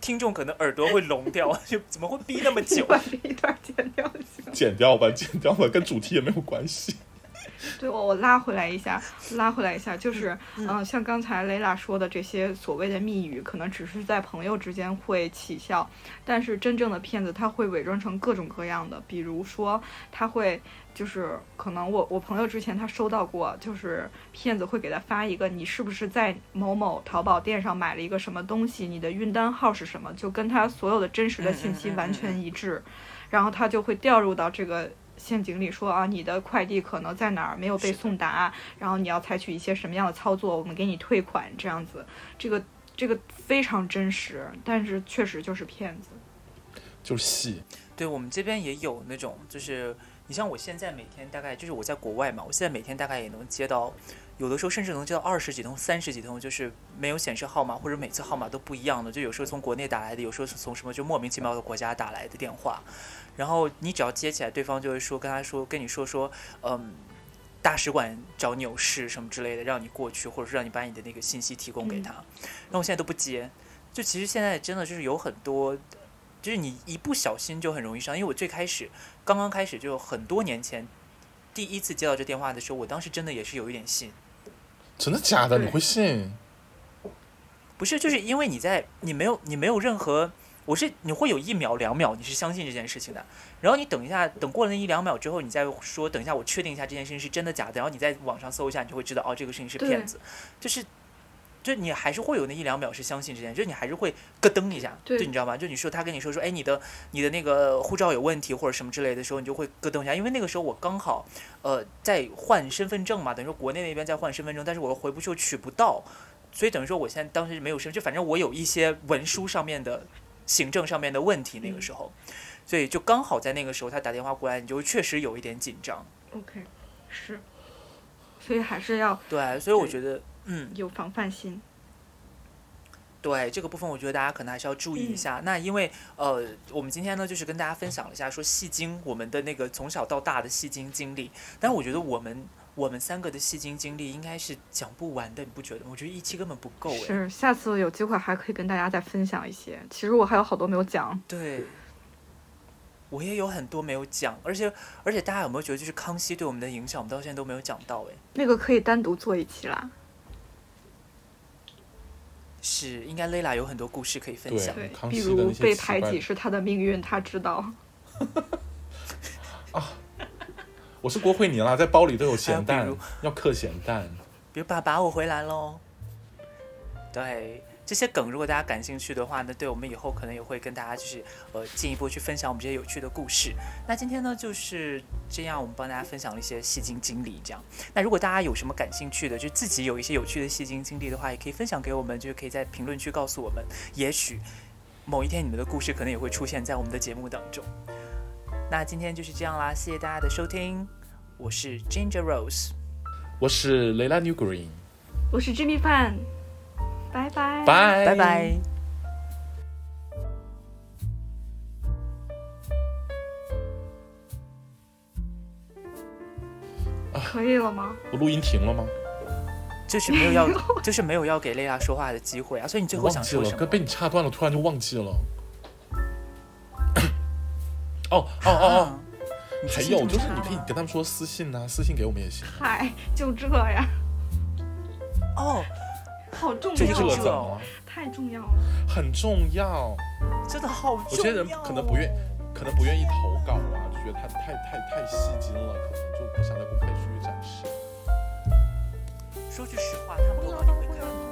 Speaker 1: 听众可能耳朵会聋掉，就怎么会逼那么
Speaker 3: 你
Speaker 1: 久？
Speaker 3: 把这一段剪掉就行。
Speaker 4: 剪掉吧，剪掉吧，跟主题也没有关系。
Speaker 3: 对我，我拉回来一下，拉回来一下，就是，嗯、像刚才雷拉说的这些所谓的密语，可能只是在朋友之间会起效，但是真正的骗子他会伪装成各种各样的，比如说他会，就是可能我我朋友之前他收到过，就是骗子会给他发一个你是不是在某某淘宝店上买了一个什么东西，你的运单号是什么，就跟他所有的真实的信息
Speaker 1: 嗯嗯嗯嗯嗯
Speaker 3: 完全一致，然后他就会掉入到这个陷阱里说啊，你的快递可能在哪儿没有被
Speaker 1: 是的
Speaker 3: 送达，然后你要采取一些什么样的操作，我们给你退款这样子。这个这个非常真实，但是确实就是骗子。
Speaker 4: 就是戏，
Speaker 1: 对我们这边也有那种，就是你像我现在每天大概就是我在国外嘛，我现在每天大概也能接到，有的时候甚至能接到二十几通、三十几通，就是没有显示号码或者每次号码都不一样的，就有时候从国内打来的，有时候是从什么就莫名其妙的国家打来的电话，然后你只要接起来，对方就会说跟他说跟你说说，嗯。大使馆找你有事什么之类的，让你过去，或者是让你把你的那个信息提供给他。然后我现在都不接，就其实现在真的就是有很多就是你一不小心就很容易上。因为我最开始刚刚开始就很多年前，第一次接到这电话的时候，我当时真的也是有一点信，
Speaker 4: 真的假的？
Speaker 3: 对
Speaker 4: 你会信？
Speaker 1: 不是就是因为你在你没有你没有任何。我是你会有一秒两秒你是相信这件事情的，然后你等一下，等过了那一两秒之后，你再说等一下我确定一下这件事情是真的假的，然后你在网上搜一下，你就会知道哦这个事情是骗
Speaker 3: 对
Speaker 1: 子，就是就你还是会有那一两秒是相信这件事，就你还是会咯噔一下，
Speaker 3: 对
Speaker 1: 就你知道吗？就你说他跟你说说哎你的你的那个护照有问题或者什么之类的时候，你就会咯噔一下，因为那个时候我刚好呃在换身份证嘛，等于说国内那边在换身份证，但是我又回不去，又取不到，所以等于说我现在当时没有身份，就反正我有一些文书上面的行政上面的问题，那个时候，所以就刚好在那个时候他打电话过来，你就确实有一点紧张，
Speaker 3: OK，是，所以还是要
Speaker 1: 对，所以我
Speaker 3: 对
Speaker 1: 觉得，嗯，
Speaker 3: 有防范心。
Speaker 1: 对这个部分，我觉得大家可能还是要注意一下。那因为呃，我们今天呢，就是跟大家分享了一下说戏精我们的那个从小到大的戏精经历，但我觉得我们我们三个的戏精经历应该是讲不完的，你不觉得吗？我觉得一期根本不够哎诶。
Speaker 3: 是，下次有机会还可以跟大家再分享一些。其实我还有好多没有讲。
Speaker 1: 对，我也有很多没有讲，而且而且大家有没有觉得，就是康熙对我们的影响，我们到现在都没有讲到哎，
Speaker 3: 那个可以单独做一期啦。
Speaker 1: 是应该 l 拉有很多故事可以分
Speaker 4: 对
Speaker 1: 享。
Speaker 3: 对，
Speaker 4: 嗯康
Speaker 3: 比
Speaker 4: 熙的
Speaker 3: 如
Speaker 4: 那些
Speaker 3: 被
Speaker 4: 奇
Speaker 3: 排
Speaker 4: 怪
Speaker 3: 挤
Speaker 4: 的
Speaker 3: 是他的命运，他知道。
Speaker 4: 我是郭慧妮啦，在包里都有咸
Speaker 1: 还
Speaker 4: 蛋
Speaker 1: 啊有比，
Speaker 4: 要嗑咸蛋。
Speaker 1: 比如爸爸，我回来喽。对，这些梗如果大家感兴趣的话呢，对我们以后可能也会跟大家就是呃进一步去分享我们这些有趣的故事。那今天呢就是这样，我们帮大家分享了一些戏精经历，这样。那如果大家有什么感兴趣的，就自己有一些有趣的戏精经历的话，也可以分享给我们，就是可以在评论区告诉我们，也许某一天你们的故事可能也会出现在我们的节目当中。那今天就是这样啦，谢谢大家的收听，我是 Ginger Rose，
Speaker 4: 我是雷拉 New Green，
Speaker 3: 我是 Jimmy Fan，拜拜。
Speaker 4: 拜
Speaker 1: 拜拜。
Speaker 3: 可以了吗？
Speaker 4: 我录音停了吗？
Speaker 1: 就是没有要，就是没有要给蕾拉说话的机会啊！所以你最
Speaker 4: 我
Speaker 1: 后
Speaker 4: 忘
Speaker 1: 想
Speaker 4: 记
Speaker 1: 说
Speaker 4: 了，
Speaker 1: 什
Speaker 4: 哥
Speaker 1: 么？
Speaker 4: 被你插断了，突然就忘记了。 哦哦哦
Speaker 1: 啊，
Speaker 4: 哦，
Speaker 1: 你
Speaker 4: 还
Speaker 1: 是
Speaker 4: 有
Speaker 1: 这么
Speaker 4: 就是
Speaker 1: 插
Speaker 4: 你可以
Speaker 1: 吗
Speaker 4: 跟他们说私信呐、私信给我们也
Speaker 1: 啊
Speaker 4: 行。
Speaker 3: 嗨，就这呀，
Speaker 1: 哦，
Speaker 3: 好重
Speaker 1: 这
Speaker 4: 这
Speaker 1: 个
Speaker 4: 个
Speaker 1: 这
Speaker 3: 要，哦
Speaker 4: 怎
Speaker 1: 个
Speaker 4: 么了？
Speaker 3: 太重要了。
Speaker 4: 很重要。
Speaker 1: 真的好重要、哦。
Speaker 4: 有些人可能不愿，可能不愿意投稿啊，就觉得他太太太戏精了，可能就不想在公开区域展示。
Speaker 1: 说句实话，他们投稿你会看吗？